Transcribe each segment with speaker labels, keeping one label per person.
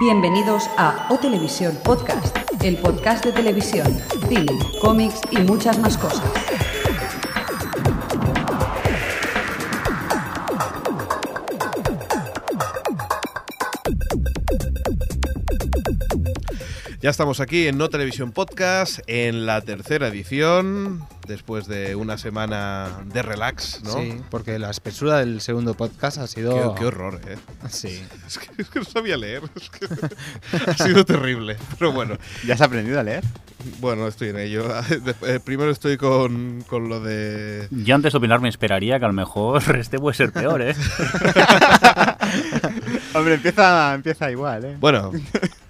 Speaker 1: Bienvenidos a O Televisión Podcast, el podcast de televisión, cine, cómics y muchas más cosas.
Speaker 2: Ya estamos aquí en No Televisión Podcast, en la tercera edición, después de una semana de relax, ¿no?
Speaker 3: Sí, porque la espesura del segundo podcast ha
Speaker 2: Qué,
Speaker 4: Oh.
Speaker 3: sido.
Speaker 2: qué horror, ¿eh?
Speaker 3: Sí.
Speaker 2: Es que, es que no sabía leer, es que ha sido terrible, pero bueno.
Speaker 4: ¿Ya has aprendido a leer?
Speaker 2: Bueno, estoy en ello. Eh, Primero estoy con, con lo de...
Speaker 5: Yo antes de opinar me esperaría que a lo mejor este puede ser peor, ¿eh?
Speaker 4: Hombre, empieza, empieza igual, ¿eh?
Speaker 2: Bueno,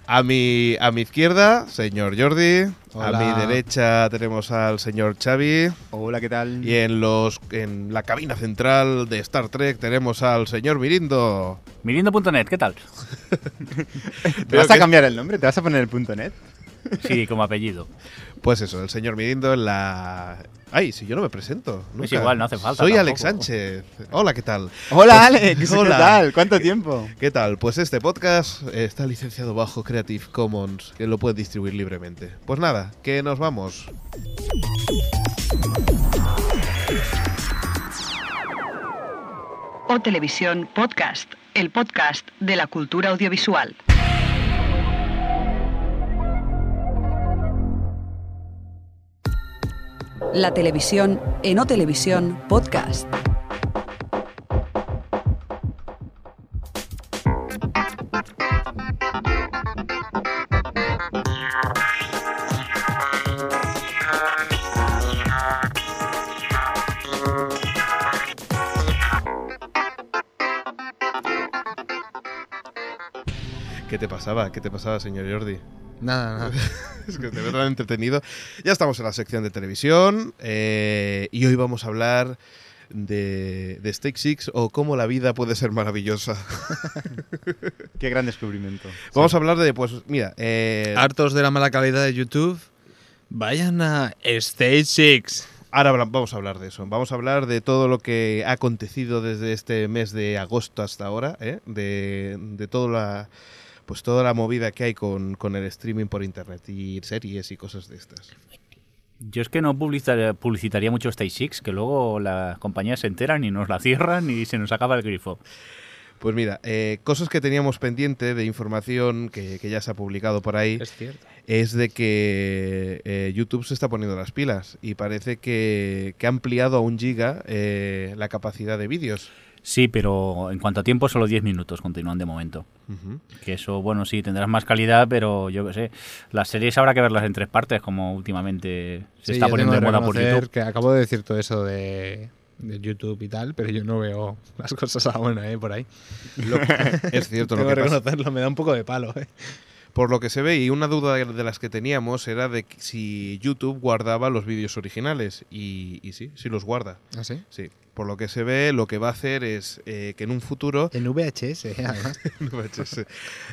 Speaker 2: a mi, a mi izquierda, señor Jordi,
Speaker 3: Hola.
Speaker 2: a mi derecha tenemos al señor Xavi,
Speaker 4: Hola, ¿qué tal?
Speaker 2: y en, los, en la cabina central de Star Trek tenemos al señor Mirindo.
Speaker 5: Mirindo.net, ¿qué tal?
Speaker 4: ¿Te vas
Speaker 2: Veo
Speaker 4: a
Speaker 2: que-
Speaker 4: cambiar el nombre? ¿Te vas a poner el punto net?
Speaker 5: Sí, como apellido.
Speaker 2: Pues eso, el señor Mirindo en la... Ay, si yo no me presento. nunca.
Speaker 5: igual, no hace falta
Speaker 2: Soy Alex
Speaker 5: tampoco.
Speaker 2: Sánchez. Hola, ¿qué tal?
Speaker 4: Hola, Alex.
Speaker 2: hola.
Speaker 4: ¿Qué tal? ¿Cuánto tiempo?
Speaker 2: ¿Qué tal? Pues este podcast está licenciado bajo Creative Commons, que lo puedes distribuir libremente. Pues nada, que nos vamos.
Speaker 1: O Televisión Podcast, el podcast de la cultura audiovisual. La televisión en O Televisión Podcast.
Speaker 2: ¿Qué te pasaba? ¿Qué te pasaba, señor Jordi?
Speaker 3: Nada, nada.
Speaker 2: Es que te veo tan entretenido. Ya estamos en la sección de televisión eh, y hoy vamos a hablar de, de Stake Six o cómo la vida puede ser maravillosa.
Speaker 4: Qué gran descubrimiento.
Speaker 2: Vamos a hablar de, pues, mira, eh,
Speaker 3: Hartos de la mala calidad de YouTube, vayan a Stage 6.
Speaker 2: ahora habla- vamos a hablar de eso. Vamos a hablar de todo lo que ha acontecido desde este mes de agosto hasta ahora, ¿eh? de, de toda la... Pues toda la movida que hay con, con el streaming por internet y series y cosas de estas.
Speaker 5: Yo es que no publicitar- publicitaría mucho Stay Six, que luego las compañías se enteran y nos la cierran y se nos acaba el grifo.
Speaker 2: Pues mira, eh, cosas que teníamos pendiente de información que, que ya se ha publicado por ahí.
Speaker 3: Es cierto.
Speaker 2: es de que eh, YouTube se está poniendo las pilas y parece que, que ha ampliado a un giga eh, la capacidad de vídeos.
Speaker 5: Sí, pero en cuanto a tiempo, solo 10 minutos continúan de momento. Que eso, bueno, sí, tendrás más calidad, pero yo qué sé. Las series habrá que verlas en tres partes, como últimamente se está poniendo de moda por YouTube.
Speaker 3: que acabo de decir todo eso de, de YouTube y tal, pero yo no veo las cosas ahora, ¿eh? Por ahí.
Speaker 2: Lo- es cierto lo
Speaker 3: Tengo que
Speaker 2: que pasa.
Speaker 3: reconocerlo, me da un poco de palo, ¿eh?
Speaker 2: Por lo que se ve, y una duda de- de las que teníamos era de que si YouTube guardaba los vídeos originales. Y, y sí, sí los guarda.
Speaker 3: ¿Ah, sí?
Speaker 2: Sí. Por lo que se ve, lo que va a hacer es eh, que en un futuro
Speaker 3: En VHS, ¿eh? además.
Speaker 2: No manches.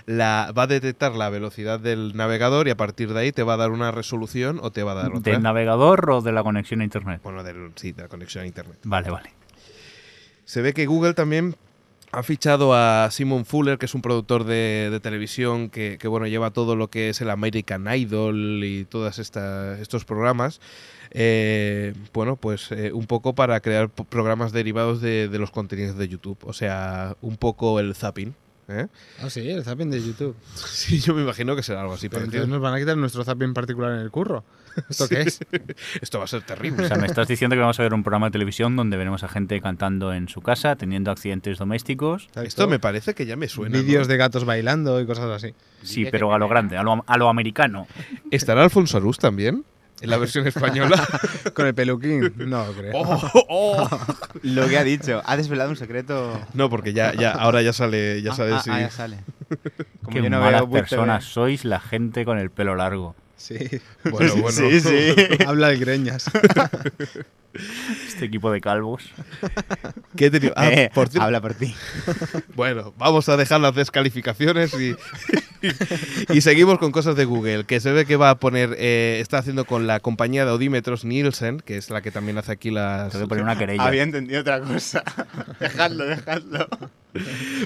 Speaker 2: la, va a detectar la velocidad del navegador y a partir de ahí te va a dar una resolución o te va a dar otra.
Speaker 3: ¿eh?
Speaker 5: ¿Del navegador o de la conexión a internet?
Speaker 2: Bueno, del, sí, de la conexión a internet.
Speaker 5: Vale, vale.
Speaker 2: Se ve que Google también ha fichado a Simon Fuller, que es un productor de, de televisión que, que, bueno, lleva todo lo que es el American Idol y todos estos programas. Eh, bueno, pues eh, un poco para crear po- programas derivados de, de los contenidos de YouTube. O sea, un poco el zapping. ¿eh?
Speaker 3: Ah, sí, el zapping de YouTube.
Speaker 2: Sí, yo me imagino que será algo así.
Speaker 3: Pero
Speaker 2: parecido.
Speaker 3: entonces nos van a quitar nuestro zapping particular en el curro. ¿Esto qué es?
Speaker 2: Esto va a ser
Speaker 5: O
Speaker 2: terrible.
Speaker 5: sea, me estás diciendo que vamos a ver un programa de televisión donde veremos a gente cantando en su casa, teniendo accidentes domésticos.
Speaker 2: Esto me parece que ya me suena. ¿no?
Speaker 3: Vídeos de gatos bailando y cosas así.
Speaker 5: Sí, pero a lo grande, a lo, a lo americano.
Speaker 2: ¿Estará Alfonso Arús también? En la versión española.
Speaker 3: Con el peluquín. No, creo.
Speaker 2: Oh, oh.
Speaker 4: Lo que ha dicho. Ha desvelado un secreto.
Speaker 2: No, porque ya, ya, ahora ya sale, ya
Speaker 4: Ah,
Speaker 2: sale
Speaker 4: ah,
Speaker 2: si-
Speaker 4: ah, ya sale. Como
Speaker 5: Qué
Speaker 4: yo no
Speaker 5: malas
Speaker 4: veo Boot TV.
Speaker 5: personas sois la gente con el pelo largo.
Speaker 3: Sí.
Speaker 2: Bueno, bueno.
Speaker 4: Sí, sí.
Speaker 3: Habla el greñas.
Speaker 5: Este equipo de calvos.
Speaker 2: ¿Qué he tenido? Ah,
Speaker 4: Eh,
Speaker 2: por cierto-
Speaker 4: Habla por ti.
Speaker 2: Bueno, vamos a dejar las descalificaciones y, y, seguimos con cosas de Google, que se ve que va a poner, eh, está haciendo con la compañía de audímetros Nielsen, que es la que también hace aquí las...
Speaker 5: Tengo que poner una querella.
Speaker 4: Había entendido otra cosa. dejadlo, dejadlo.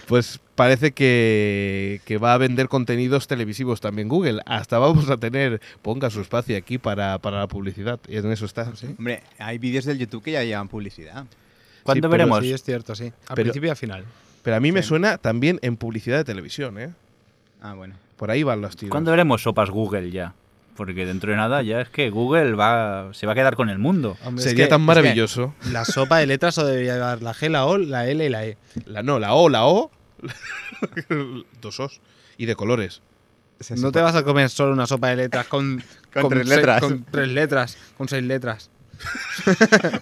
Speaker 2: Pues parece que, que va a vender contenidos televisivos también Google. Hasta vamos a tener, ponga su espacio aquí para, para la publicidad. Y en eso está. Sí,
Speaker 4: Hombre, hay vídeos del YouTube que ya llevan publicidad.
Speaker 5: ¿Cuándo
Speaker 2: pero
Speaker 5: veremos?
Speaker 3: Sí, es cierto, sí. Al
Speaker 2: Pero-
Speaker 3: principio y al final.
Speaker 2: Pero a mí me
Speaker 4: Sí.
Speaker 2: suena también en publicidad de televisión, ¿eh?
Speaker 4: Ah, bueno.
Speaker 2: Por ahí van los tiros.
Speaker 5: ¿Cuándo veremos sopas Google ya? Porque dentro de nada ya es que Google va, se va a quedar con el mundo.
Speaker 3: Hombre, es
Speaker 2: Sería
Speaker 3: que-
Speaker 2: tan
Speaker 3: es que
Speaker 2: maravilloso.
Speaker 3: La sopa de letras o debería llevar la G, la O, la L y la E.
Speaker 2: La, no, la O, la O. Dos O's. Y de colores.
Speaker 3: No te vas a comer solo una sopa de letras con,
Speaker 4: Con tres letras.
Speaker 3: Con tres letras, con seis letras.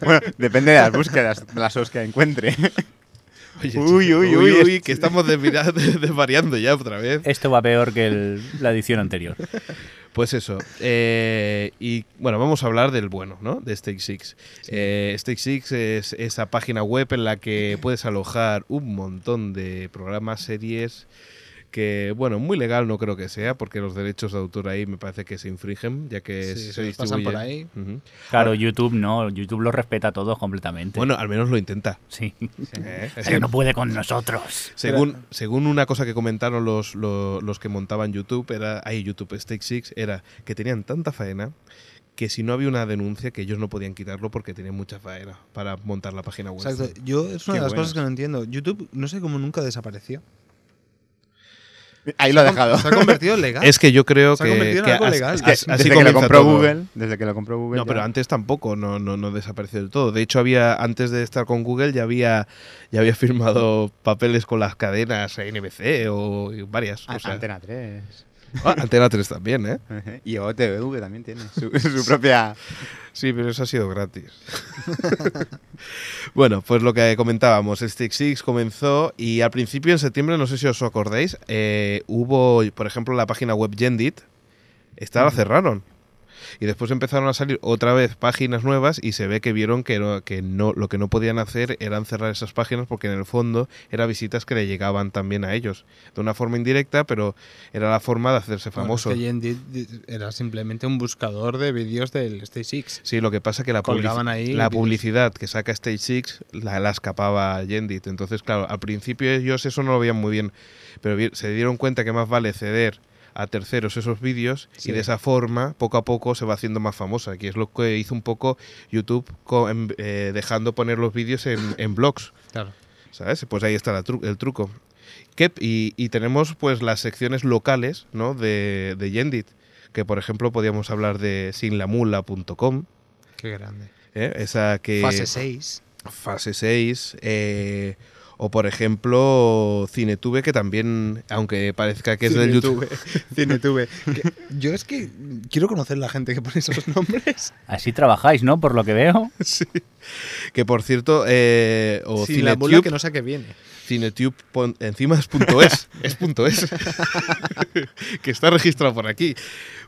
Speaker 4: Bueno, depende de las búsquedas, de las os que encuentre.
Speaker 2: Oye,
Speaker 4: Uy,
Speaker 2: chico,
Speaker 4: uy, este. uy,
Speaker 2: que estamos desvira- desvariando ya otra vez.
Speaker 3: Eh.
Speaker 5: Esto va peor que el- la edición anterior.
Speaker 2: Pues eso. eh, y bueno, vamos a hablar del bueno, ¿no? De Stake Six. Eh, Stake Six es esa página web en la que puedes alojar un montón de programas, series. Que, bueno, muy legal no creo que sea, porque los derechos de autor ahí me parece que se infringen, ya que
Speaker 3: Sí,
Speaker 2: se
Speaker 3: se los pasan
Speaker 2: distribuye.
Speaker 3: por ahí.
Speaker 2: Ujú.
Speaker 5: Claro, YouTube no, YouTube lo respeta a todos completamente.
Speaker 2: Bueno, al menos lo intenta.
Speaker 5: sí.
Speaker 2: ¿eh?
Speaker 5: Pero no puede con nosotros.
Speaker 2: Según, según una cosa que comentaron los, lo- los, que montaban YouTube, era, ahí YouTube Stake Six, era que tenían tanta faena que si no había una denuncia que ellos no podían quitarlo porque tenían mucha faena para montar la página web.
Speaker 3: Exacto. Yo es una
Speaker 4: Qué
Speaker 3: de las
Speaker 4: bueno.
Speaker 3: cosas que no entiendo. YouTube, no sé cómo nunca desapareció.
Speaker 4: Ahí lo ha dejado.
Speaker 3: Se ha convertido en legal.
Speaker 2: Es que yo creo
Speaker 3: Se
Speaker 2: que,
Speaker 3: ha convertido en
Speaker 2: que
Speaker 3: algo
Speaker 2: as-
Speaker 3: legal.
Speaker 2: as-
Speaker 3: que
Speaker 2: así
Speaker 4: desde que lo
Speaker 2: comienza
Speaker 4: compró
Speaker 2: todo.
Speaker 4: Google. Desde que lo compró Google.
Speaker 2: No, pero
Speaker 4: ya.
Speaker 2: antes tampoco, no, no, no desapareció del todo. De hecho, había antes de estar con Google ya había, ya había firmado papeles con las cadenas NBC o y varias.
Speaker 4: A-
Speaker 2: o sea-
Speaker 4: Ah, Antena 3.
Speaker 2: Ah, Antena 3 también, ¿eh?
Speaker 4: Y OTV también tiene su, su propia.
Speaker 2: Sí, pero eso ha sido gratis. bueno, pues lo que comentábamos, Stick Six comenzó y al principio en septiembre, no sé si os acordáis, eh, hubo, por ejemplo, la página web Gendit, esta la cerraron. Y después empezaron a salir otra vez páginas nuevas y se ve que vieron que, no, que no, lo que no podían hacer eran cerrar esas páginas porque en el fondo eran visitas que le llegaban también a ellos. De una forma indirecta, pero era la forma de hacerse
Speaker 3: Bueno,
Speaker 2: famoso.
Speaker 3: es que Yendit era simplemente un buscador de vídeos del Stay Six.
Speaker 2: Sí, lo que pasa que la, publici-
Speaker 3: Colgaban ahí
Speaker 2: la
Speaker 3: vídeos.
Speaker 2: publicidad que saca Stage 6 la, la escapaba Yendit. Entonces, claro, al principio ellos eso no lo veían muy bien, pero vi- se dieron cuenta que más vale ceder a terceros esos vídeos
Speaker 3: Sí.
Speaker 2: y de esa forma poco a poco se va haciendo más famosa, que es lo que hizo un poco YouTube co- en- eh, dejando poner los vídeos en, en blogs,
Speaker 3: Claro.
Speaker 2: ¿sabes? Pues ahí está la tru- el truco. Que- y, y tenemos pues las secciones locales ¿no? de, de Yendit, que por ejemplo podíamos hablar de sinlamula.com,
Speaker 3: Qué grande.
Speaker 2: ¿eh? esa que
Speaker 3: Fase 6.
Speaker 2: fase 6 eh, o por ejemplo Cinetube que también aunque parezca que es del YouTube
Speaker 3: CineTube. Que- Yo es que quiero conocer la gente que pone esos nombres.
Speaker 5: Así trabajáis, ¿no? Por lo que veo.
Speaker 2: que por cierto eh, o
Speaker 3: Sin la bola
Speaker 2: Cinetube
Speaker 3: que no sé qué viene.
Speaker 2: Cinetube pon- encima es punto es es punto es que está registrado por aquí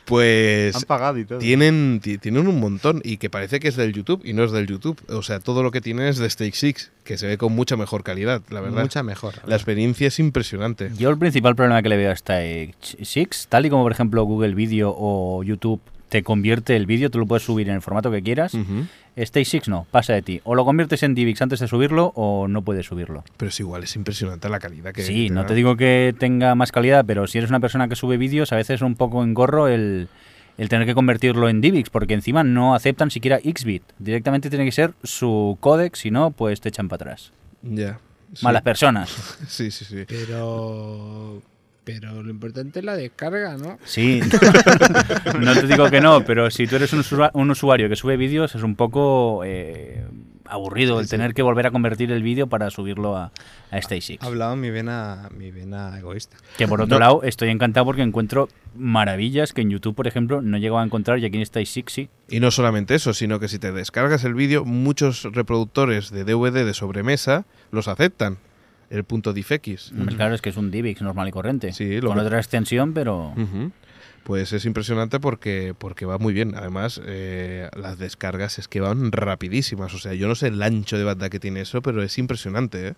Speaker 2: pues
Speaker 4: Han pagado y todo.
Speaker 2: tienen ti- tienen un montón y que parece que es del YouTube y no es del YouTube o sea todo lo que tienen es de Stake Six que se ve con mucha mejor calidad la verdad
Speaker 3: Mucha mejor.
Speaker 2: la experiencia es impresionante
Speaker 5: Yo el principal problema que le veo a Stage Six, tal y como por ejemplo Google Video o YouTube te convierte el vídeo, tú lo puedes subir en el formato que quieras.
Speaker 2: Ujú.
Speaker 5: Stage Six no, pasa de ti. O lo conviertes en DivX antes de subirlo o no puedes subirlo.
Speaker 2: pero es igual es impresionante la calidad que
Speaker 5: Sí,
Speaker 2: que
Speaker 5: no
Speaker 2: da.
Speaker 5: te digo que tenga más calidad, pero si eres una persona que sube vídeos, a veces es un poco engorro el, el tener que convertirlo en DivX, porque encima no aceptan siquiera Xbit. Directamente tiene que ser su codec, si no, pues te echan para atrás.
Speaker 2: Ya. Sí.
Speaker 5: Malas personas.
Speaker 2: Sí, sí, sí.
Speaker 3: Pero. Pero lo importante es la descarga, ¿no?
Speaker 5: Sí. no te digo que no, pero si tú eres un, usua- un usuario que sube vídeos, es un poco eh, aburrido el tener que volver a convertir el vídeo para subirlo a, a Stay Six.
Speaker 3: Ha hablado mi vena, mi vena egoísta.
Speaker 5: Que por otro
Speaker 2: No.
Speaker 5: lado, estoy encantado porque encuentro maravillas que en YouTube, por ejemplo, no llegaba a encontrar y aquí en Stay Six sí.
Speaker 2: Y no solamente eso, sino que si te descargas el vídeo, muchos reproductores de DVD de sobremesa los aceptan. El punto DifX.
Speaker 5: Hombre, Claro, es que es un DivX normal y corriente.
Speaker 2: Sí, lo
Speaker 5: con
Speaker 2: que- Mm.
Speaker 5: otra extensión, pero.
Speaker 2: Ujú. Pues es impresionante porque, porque va muy bien. Además, eh, las descargas es que van rapidísimas. O sea, yo no sé el ancho de banda que tiene eso, pero es impresionante. ¿eh?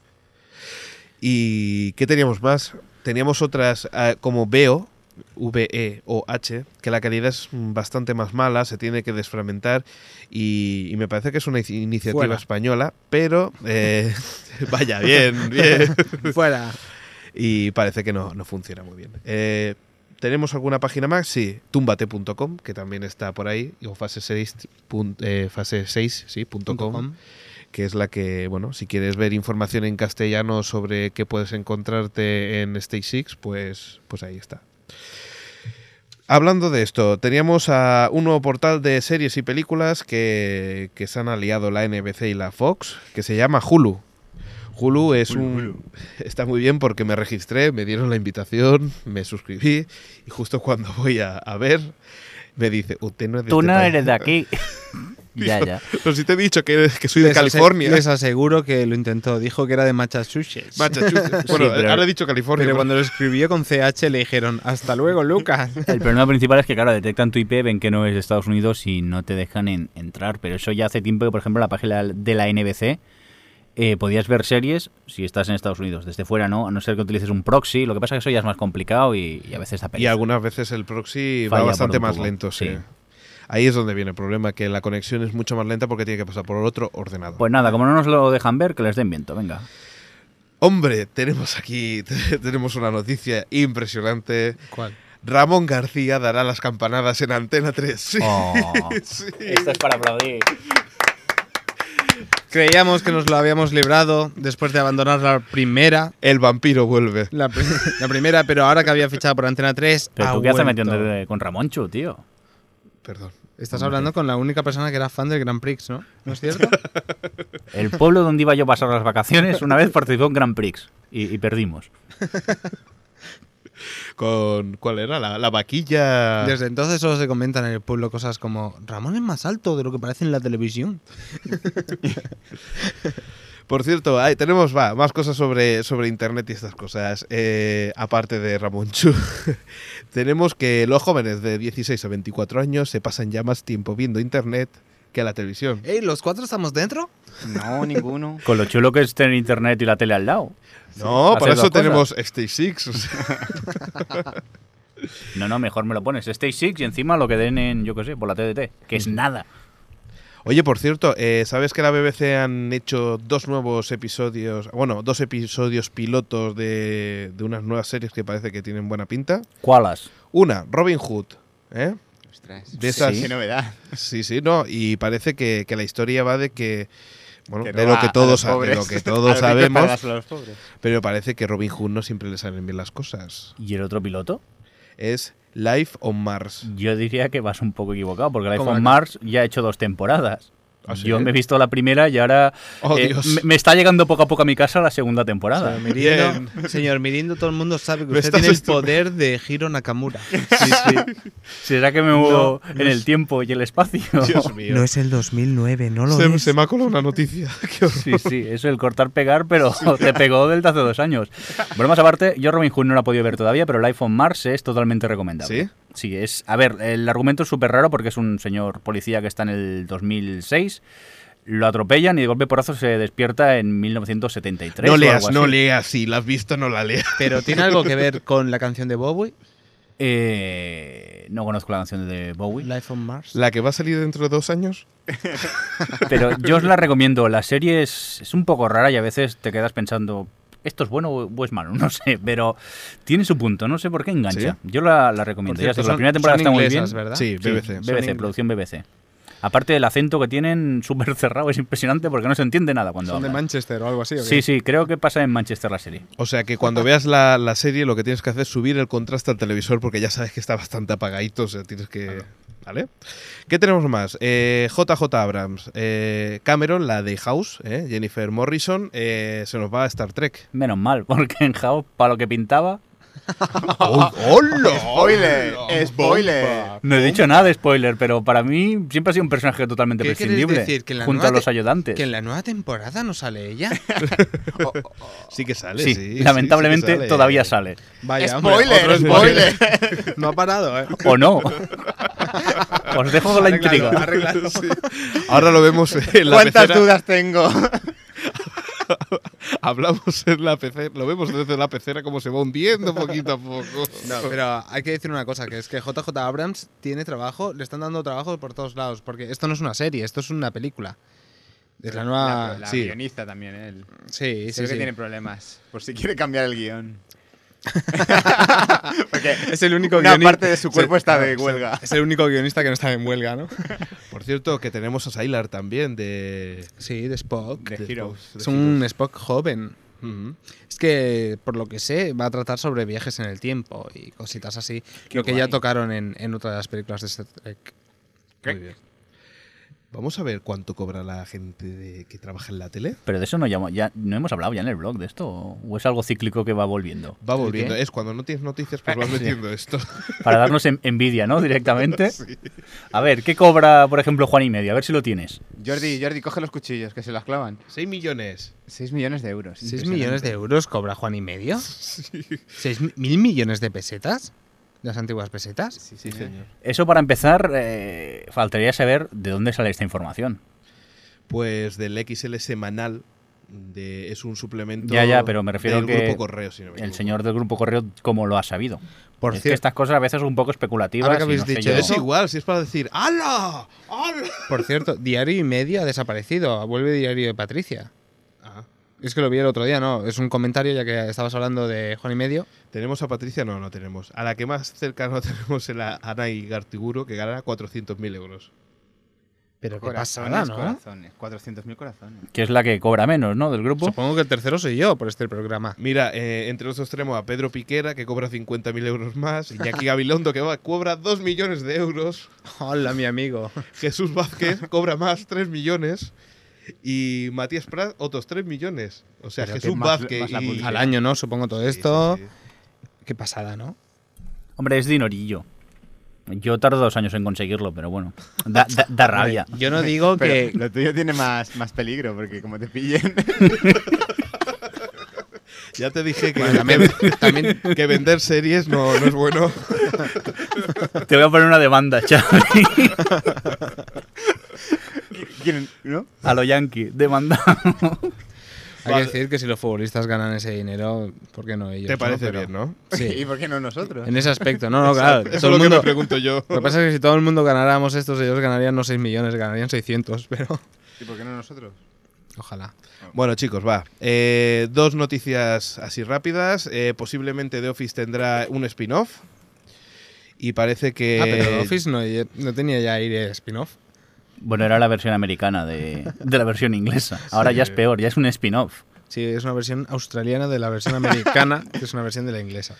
Speaker 2: ¿Y qué teníamos más? Teníamos otras ah, como Veo, V-E-O-H, que la calidad es bastante más mala, se tiene que desfragmentar y, y me parece que es una in- iniciativa
Speaker 3: Fuera.
Speaker 2: española, pero eh, vaya, bien, bien.
Speaker 3: Fuera.
Speaker 2: Y parece que no, no funciona muy bien. Eh, ¿Tenemos alguna página más? Sí, tumbate.com, que también está por ahí, o fase 6, pun- eh, fase 6 sí, punto com, que es la que, bueno, si quieres ver información en castellano sobre qué puedes encontrarte en Stage 6, pues, pues ahí está. Hablando de esto, teníamos a un nuevo portal de series y películas que, que se han aliado la NBC y la Fox, que se llama Hulu. Hulu es
Speaker 4: Hulu,
Speaker 2: un...
Speaker 4: Hulu.
Speaker 2: Está muy bien porque me registré, me dieron la invitación, me suscribí y justo cuando voy a, a ver, me dice, usted no es de
Speaker 5: Tú
Speaker 2: este
Speaker 5: no
Speaker 2: país".
Speaker 5: eres de aquí. ya, ya.
Speaker 2: Pero si te he dicho que, que soy de
Speaker 3: Les ase-
Speaker 2: California.
Speaker 3: Les aseguro que lo intentó. Dijo que era de Massachusetts.
Speaker 2: Massachusetts. Bueno,
Speaker 5: Sí, pero-
Speaker 2: ahora he dicho California. pues,
Speaker 3: Pero
Speaker 2: pero-
Speaker 3: cuando lo escribió con CH le dijeron, hasta luego, Lucas.
Speaker 5: El problema principal es que, claro, detectan tu IP, ven que no es de Estados Unidos y no te dejan en- entrar. Pero eso ya hace tiempo que, por ejemplo, la página de la NBC eh, podías ver series si estás en Estados Unidos. Desde fuera no, a no ser que utilices un proxy. Lo que pasa es que eso ya es más complicado y, y a veces da
Speaker 2: Y
Speaker 5: pereza.
Speaker 2: algunas veces el proxy
Speaker 5: Falla
Speaker 2: va
Speaker 5: por
Speaker 2: bastante
Speaker 5: un
Speaker 2: más
Speaker 5: poco,
Speaker 2: lento, sí.
Speaker 5: sí.
Speaker 2: Ahí es donde viene el problema, que la conexión es mucho más lenta porque tiene que pasar por otro ordenador.
Speaker 5: Pues nada, como no nos lo dejan ver, que les den viento, venga.
Speaker 2: Hombre, tenemos aquí tenemos una noticia impresionante.
Speaker 3: ¿Cuál?
Speaker 2: Ramón García dará las campanadas en Antena 3. Sí,
Speaker 5: Oh,
Speaker 2: sí.
Speaker 5: Esto es para aplaudir.
Speaker 3: Creíamos que nos lo habíamos librado después de abandonar la primera.
Speaker 2: El vampiro vuelve.
Speaker 3: La, pri- la primera, pero ahora que había fichado por Antena 3.
Speaker 5: Pero
Speaker 3: ha
Speaker 5: tú qué haces
Speaker 3: vuelto.
Speaker 5: metiéndote con Ramonchu, tío.
Speaker 2: Perdón.
Speaker 3: Estás hablando con la única persona que era fan del Grand Prix, ¿no? ¿No es cierto?
Speaker 5: El pueblo donde iba yo a pasar las vacaciones una vez participó en Grand Prix y, y perdimos.
Speaker 2: Con, ¿Cuál era? La, la vaquilla.
Speaker 3: Desde entonces solo se comentan en el pueblo cosas como Ramón es más alto de lo que parece en la televisión.
Speaker 2: Por cierto, ahí tenemos va, más cosas sobre, sobre Internet y estas cosas. eh, aparte de Ramón Chu, tenemos que los jóvenes de 16 a 24 años se pasan ya más tiempo viendo Internet que la televisión.
Speaker 3: ¡Ey, los cuatro estamos dentro!
Speaker 4: No, ninguno.
Speaker 5: Con lo chulo que es tener internet y la tele al lado.
Speaker 2: no,
Speaker 5: hacer
Speaker 2: por
Speaker 5: dos
Speaker 2: eso
Speaker 5: cosas.
Speaker 2: tenemos Stage 6. o sea,
Speaker 5: No, no, mejor me lo pones. Stay Six y encima lo que den en, yo qué sé, por la TDT, que es nada.
Speaker 2: Oye, por cierto, eh, ¿sabes que la BBC han hecho dos nuevos episodios, bueno, dos episodios pilotos de, de unas nuevas series que parece que tienen buena pinta?
Speaker 5: ¿Cuálas?
Speaker 2: Una, Robin Hood, ¿eh?
Speaker 4: Ostras.
Speaker 2: De esas-
Speaker 4: Qué novedad.
Speaker 2: Sí, sí, no, y parece que, que la historia va de que, bueno,
Speaker 4: Que
Speaker 2: de,
Speaker 4: no
Speaker 2: lo
Speaker 4: a-
Speaker 2: que
Speaker 4: a
Speaker 2: todos,
Speaker 4: los
Speaker 2: sa- de
Speaker 4: pobres.
Speaker 2: lo que
Speaker 4: A
Speaker 2: todos
Speaker 4: los ricos para
Speaker 2: sabemos,
Speaker 4: dárselo a los pobres.
Speaker 2: pero parece que Robin Hood no siempre le salen bien las cosas.
Speaker 5: ¿Y el otro piloto?
Speaker 2: Es Life on Mars.
Speaker 5: Yo diría que vas un poco equivocado, porque el
Speaker 3: ¿Cómo
Speaker 5: iPhone
Speaker 3: la-
Speaker 5: Mars ya ha hecho dos temporadas.
Speaker 2: ¿Ah, sí?
Speaker 5: Yo me he visto la primera y ahora
Speaker 2: Oh,
Speaker 5: eh,
Speaker 2: Dios.
Speaker 5: me, me está llegando poco a poco a mi casa la segunda temporada.
Speaker 3: Mirindo, señor Mirindo, todo el mundo sabe que
Speaker 2: Me
Speaker 3: usted
Speaker 2: estás
Speaker 3: tiene el
Speaker 2: estupe-
Speaker 3: poder de Hiro Nakamura.
Speaker 5: ¿Será que me muevo en el tiempo y el espacio?
Speaker 2: Dios mío.
Speaker 3: es el 2009, no
Speaker 2: se, se me ha colado una noticia. Qué horror.
Speaker 5: Sí, sí, eso el cortar pegar, pero te pegó del de hace dos años. Bromas aparte, yo Robin Hood no la he podido ver todavía, pero el iPhone Mars es totalmente recomendable.
Speaker 2: ¿Sí?
Speaker 5: Sí, es. A ver, el argumento es súper raro porque es un señor policía que está en el 2006. Lo atropellan y de golpe porrazo se despierta en 1973.
Speaker 2: No
Speaker 5: o
Speaker 2: leas,
Speaker 5: algo
Speaker 2: no
Speaker 5: así.
Speaker 2: leas, si la has visto no la leas.
Speaker 3: Pero tiene algo que ver con la canción de Bowie,
Speaker 5: Eh, no conozco la canción de Bowie.
Speaker 3: Life on Mars.
Speaker 2: La que va a salir dentro de dos años.
Speaker 5: Pero yo os la recomiendo. La serie es, es un poco rara y a veces te quedas pensando, ¿esto es bueno o es malo? No sé, pero tiene su punto. No sé por qué engancha.
Speaker 2: ¿Sí?
Speaker 5: Yo la, la recomiendo.
Speaker 3: Por
Speaker 5: Ya
Speaker 3: cierto,
Speaker 5: os digo,
Speaker 3: son-
Speaker 5: la primera temporada
Speaker 3: son
Speaker 5: está muy bien.
Speaker 3: inglesas, ¿eh? ¿verdad?
Speaker 2: Sí,
Speaker 5: Sí,
Speaker 2: BBC.
Speaker 5: BBC, producción BBC. Aparte del acento que tienen, súper cerrado, es impresionante porque no se entiende nada cuando
Speaker 3: Son de
Speaker 5: hablan.
Speaker 3: Manchester o algo así. ¿o qué?
Speaker 5: Sí, sí, creo que pasa en Manchester la serie.
Speaker 2: O sea que cuando veas la, la serie lo que tienes que hacer es subir el contraste al televisor porque ya sabes que está bastante apagadito, o sea, tienes que... ¿Vale? ¿Qué tenemos más? Eh, JJ Abrams, eh, Cameron, la de House, eh, Jennifer Morrison, eh, se nos va a Star Trek.
Speaker 5: Menos mal, porque en House, para lo que pintaba,
Speaker 2: ¡Hol- ¡Hola!
Speaker 4: Spoiler, spoiler.
Speaker 5: no he dicho nada de spoiler, pero para mí siempre ha sido un personaje totalmente
Speaker 3: ¿Qué quieres
Speaker 5: prescindible.
Speaker 3: decir? ¿Que en la
Speaker 5: junto
Speaker 3: nueva
Speaker 5: a los
Speaker 3: te-
Speaker 5: ayudantes.
Speaker 3: Que en la nueva temporada no sale ella.
Speaker 2: Sí que sale, sí.
Speaker 5: Sí,
Speaker 2: sí, sí que
Speaker 5: lamentablemente todavía sale.
Speaker 3: Vaya, hombre,
Speaker 4: Spoiler,
Speaker 3: otro
Speaker 4: spoiler.
Speaker 3: No ha parado, ¿eh?
Speaker 5: ¿O no? Os dejo con la
Speaker 3: Arréglalo,
Speaker 5: intriga.
Speaker 3: arréglalo.
Speaker 2: Ahora lo vemos en la
Speaker 4: ¿Cuántas
Speaker 2: pecera.
Speaker 4: dudas tengo?
Speaker 2: hablamos en la pecera, lo vemos desde la pecera como se va hundiendo poquito a poco.
Speaker 3: No, pero hay que decir una cosa, que es que JJ Abrams tiene trabajo, le están dando trabajo por todos lados, porque esto no es una serie, esto es una película. Es la nueva...
Speaker 4: La, la
Speaker 2: Ah, sí.
Speaker 4: guionista también, él.
Speaker 3: Sí, sí,
Speaker 4: Creo que
Speaker 3: sí.
Speaker 4: tiene problemas. Por si quiere cambiar el guión. Porque es el único Una
Speaker 3: guioni-
Speaker 4: parte de su cuerpo
Speaker 3: Sí,
Speaker 4: está
Speaker 3: claro,
Speaker 4: de
Speaker 3: sí.
Speaker 4: huelga.
Speaker 3: Es el único guionista que no está en huelga, ¿no?
Speaker 2: Por cierto, que tenemos a Sailar también de...
Speaker 3: Sí, de Spock.
Speaker 4: De Heroes.
Speaker 2: de
Speaker 3: es un Spock joven.
Speaker 2: Ujú.
Speaker 3: Es que, por lo que sé, va a tratar sobre viajes en el tiempo y cositas así. lo que ya
Speaker 4: guay.
Speaker 3: tocaron en, en otra de las películas de Star Trek.
Speaker 4: ¿Qué?
Speaker 2: Muy bien. Vamos a ver cuánto cobra la gente de- que trabaja en la tele.
Speaker 5: Pero de eso no, llamo- ya, no hemos hablado ya en el blog de esto. ¿O es algo cíclico que va volviendo?
Speaker 2: Va volviendo.
Speaker 3: qué?
Speaker 2: Es cuando no tienes noticias, pues vas metiendo esto.
Speaker 5: Para darnos en- envidia, ¿no? Directamente. A ver, ¿qué cobra, por ejemplo, Juan y Media? A ver si lo tienes.
Speaker 4: Jordi, Jordi, coge los cuchillos, que se los clavan.
Speaker 2: 6 millones.
Speaker 4: 6 millones de euros.
Speaker 3: ¿Seis millones de euros cobra Juan y medio? ¿Seis mi- mil millones de pesetas? ¿Las antiguas pesetas?
Speaker 2: Eh,
Speaker 4: Sí, sí, señor.
Speaker 5: Eso para empezar, eh, faltaría saber de dónde sale esta información.
Speaker 2: Pues del XL semanal. de- es un suplemento.
Speaker 5: Ya, ya, pero me refiero
Speaker 2: del
Speaker 5: que
Speaker 2: grupo correo, si no me
Speaker 5: El
Speaker 2: equivoco.
Speaker 5: señor del grupo correo, ¿cómo lo ha sabido?
Speaker 3: Por
Speaker 5: es que
Speaker 3: cierto-
Speaker 5: estas cosas a veces son un poco especulativas.
Speaker 3: Ahora que
Speaker 5: y
Speaker 3: habéis
Speaker 5: no sé
Speaker 3: dicho
Speaker 5: yo-
Speaker 2: Es igual, si es para decir ¡Hala! ¡Hala!
Speaker 3: Por cierto, Diario y Medio ha desaparecido. Vuelve Diario de Patricia.
Speaker 2: Ah,
Speaker 3: Es que lo vi el otro día, ¿no? Es un comentario ya que estabas hablando de Juan y medio.
Speaker 2: ¿Tenemos a Patricia? No, no tenemos. A la que más cercano tenemos es la Ana Gartiguro, que gana 400.000 euros.
Speaker 3: Pero qué pasada,
Speaker 4: Corazones,
Speaker 3: ¿no?
Speaker 4: corazones. 400.000 corazones.
Speaker 5: Que es la que cobra menos, ¿no? Del grupo.
Speaker 3: Supongo que el tercero soy yo por este programa.
Speaker 2: Mira, eh, entre los extremos a Pedro Piquera, que cobra 50.000 euros más, Iñaki Gabilondo, que va- cobra 2 millones de euros,
Speaker 3: Hola, mi amigo.
Speaker 2: Jesús Vázquez cobra más, 3 millones, y Matías Prat, otros 3 millones. O sea,
Speaker 4: Pero que
Speaker 2: Jesús
Speaker 4: más-
Speaker 2: Vázquez
Speaker 4: más la
Speaker 2: y...
Speaker 4: pulga.
Speaker 3: Al año, ¿no? Supongo todo
Speaker 2: Sí, sí,
Speaker 3: esto.
Speaker 2: sí.
Speaker 3: Qué pasada, ¿no?
Speaker 5: Hombre, es dinorillo. Yo tardo dos años en conseguirlo, pero bueno. Da, da- da rabia.
Speaker 3: Yo no digo que.
Speaker 4: Pero lo tuyo tiene más, más peligro, porque como te pillen.
Speaker 2: Ya te dije que,
Speaker 3: Bueno, también-
Speaker 2: que- que vender series no, no es bueno.
Speaker 5: Te voy a poner una demanda, Xavi.
Speaker 4: ¿Quieren, ¿No?
Speaker 5: A lo yankee. Demanda.
Speaker 3: Hay que decir que si los futbolistas ganan ese dinero, ¿por qué no ellos?
Speaker 2: Te parece
Speaker 3: Pero-
Speaker 2: bien, ¿no?
Speaker 4: ¿Y
Speaker 3: Sí.
Speaker 4: por qué no nosotros?
Speaker 3: En ese aspecto, no, no, claro.
Speaker 2: Eso es
Speaker 3: todo
Speaker 2: lo
Speaker 3: el
Speaker 2: que me
Speaker 3: mundo-
Speaker 2: pregunto yo.
Speaker 3: Lo que pasa es que si todo el mundo ganáramos estos, ellos ganarían no 6 millones, ganarían 600, pero.
Speaker 4: ¿Y por qué no nosotros?
Speaker 3: Ojalá.
Speaker 2: Bueno, chicos, va. Eh, dos noticias así rápidas. Eh, posiblemente The Office tendrá un spin-off. Y parece que.
Speaker 3: ah, pero The Office no, eh, no tenía ya aire spin-off.
Speaker 5: Bueno, era la versión americana de, de la versión inglesa. Ahora ya es peor, ya es un spin-off.
Speaker 3: Sí, es una versión australiana de la versión americana, que es una versión de la inglesa.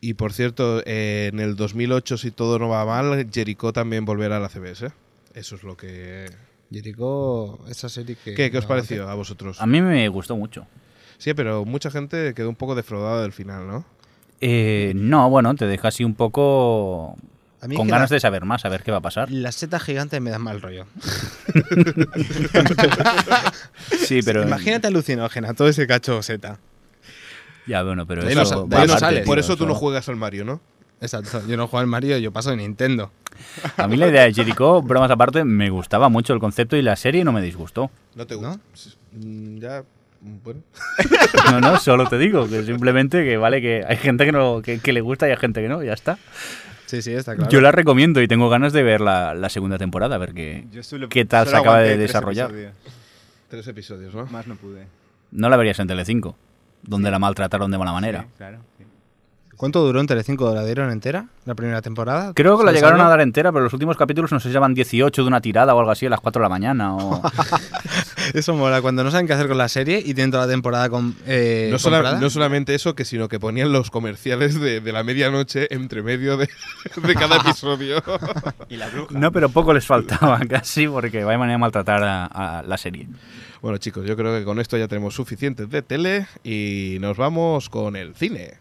Speaker 2: Y por cierto, eh, en el 2008, si todo no va mal, Jericho también volverá a la CBS. Eso es lo que.
Speaker 3: Jericho, esa serie que.
Speaker 2: ¿Qué, qué os pareció a vosotros?
Speaker 5: A mí me gustó mucho.
Speaker 2: Sí, pero mucha gente quedó un poco defraudada del final, ¿no?
Speaker 5: Eh, no, bueno, te deja así un poco
Speaker 3: A mí
Speaker 5: con
Speaker 3: que
Speaker 5: ganas
Speaker 3: la-
Speaker 5: de saber más, a ver qué va a pasar.
Speaker 3: La seta gigante me da mal rollo.
Speaker 5: Sí, pero
Speaker 3: Imagínate alucinógena, todo ese cacho seta.
Speaker 5: Ya, bueno, pero
Speaker 3: De ahí
Speaker 5: eso,
Speaker 3: no sa-
Speaker 5: va
Speaker 3: de ahí no
Speaker 5: aparte,
Speaker 3: sales.
Speaker 5: tío,
Speaker 2: por eso tú no
Speaker 5: eso-
Speaker 2: juegas al Mario, ¿no?
Speaker 3: Exacto, yo no juego al Mario, yo paso de Nintendo.
Speaker 5: A mí la idea de Jericho, bromas aparte, me gustaba mucho el concepto y la serie no me disgustó.
Speaker 2: No te gusta. Mm, Ya. Bueno.
Speaker 5: No, no, solo te digo que simplemente que vale que hay gente que no que, que le gusta y hay gente que no, ya está.
Speaker 3: Sí, sí, está claro.
Speaker 5: Yo la recomiendo y tengo ganas de ver la, la segunda temporada, a ver qué,
Speaker 4: Yo solo-
Speaker 5: Eh, qué tal se
Speaker 4: solo
Speaker 5: acaba de
Speaker 4: aguanté tres
Speaker 5: desarrollar.
Speaker 4: episodios.
Speaker 2: Tres episodios, ¿no?
Speaker 4: Más no pude.
Speaker 5: No la verías en Telecinco, donde la maltrataron de mala manera.
Speaker 4: Sí, claro. sí.
Speaker 3: ¿Cuánto duró en Telecinco? ¿La dieron entera? ¿La primera temporada?
Speaker 5: Creo que la
Speaker 3: ¿Se
Speaker 5: llegaron
Speaker 3: sabe?
Speaker 5: a dar entera, pero los últimos capítulos no sé si llevan 18 de una tirada o algo así a las 4 de la mañana. O...
Speaker 3: Eso mola, cuando no saben qué hacer con la serie y tienen toda la temporada con, eh,
Speaker 2: No, sola-
Speaker 3: comprada.
Speaker 2: no solamente eso, que sino que ponían los comerciales de, de la medianoche entre medio de, de cada episodio.
Speaker 4: Y la bruja.
Speaker 5: No, pero poco les faltaba casi porque vaya manera de maltratar a, a la serie.
Speaker 2: bueno, chicos, yo creo que con esto ya tenemos suficientes de tele y nos vamos con el cine.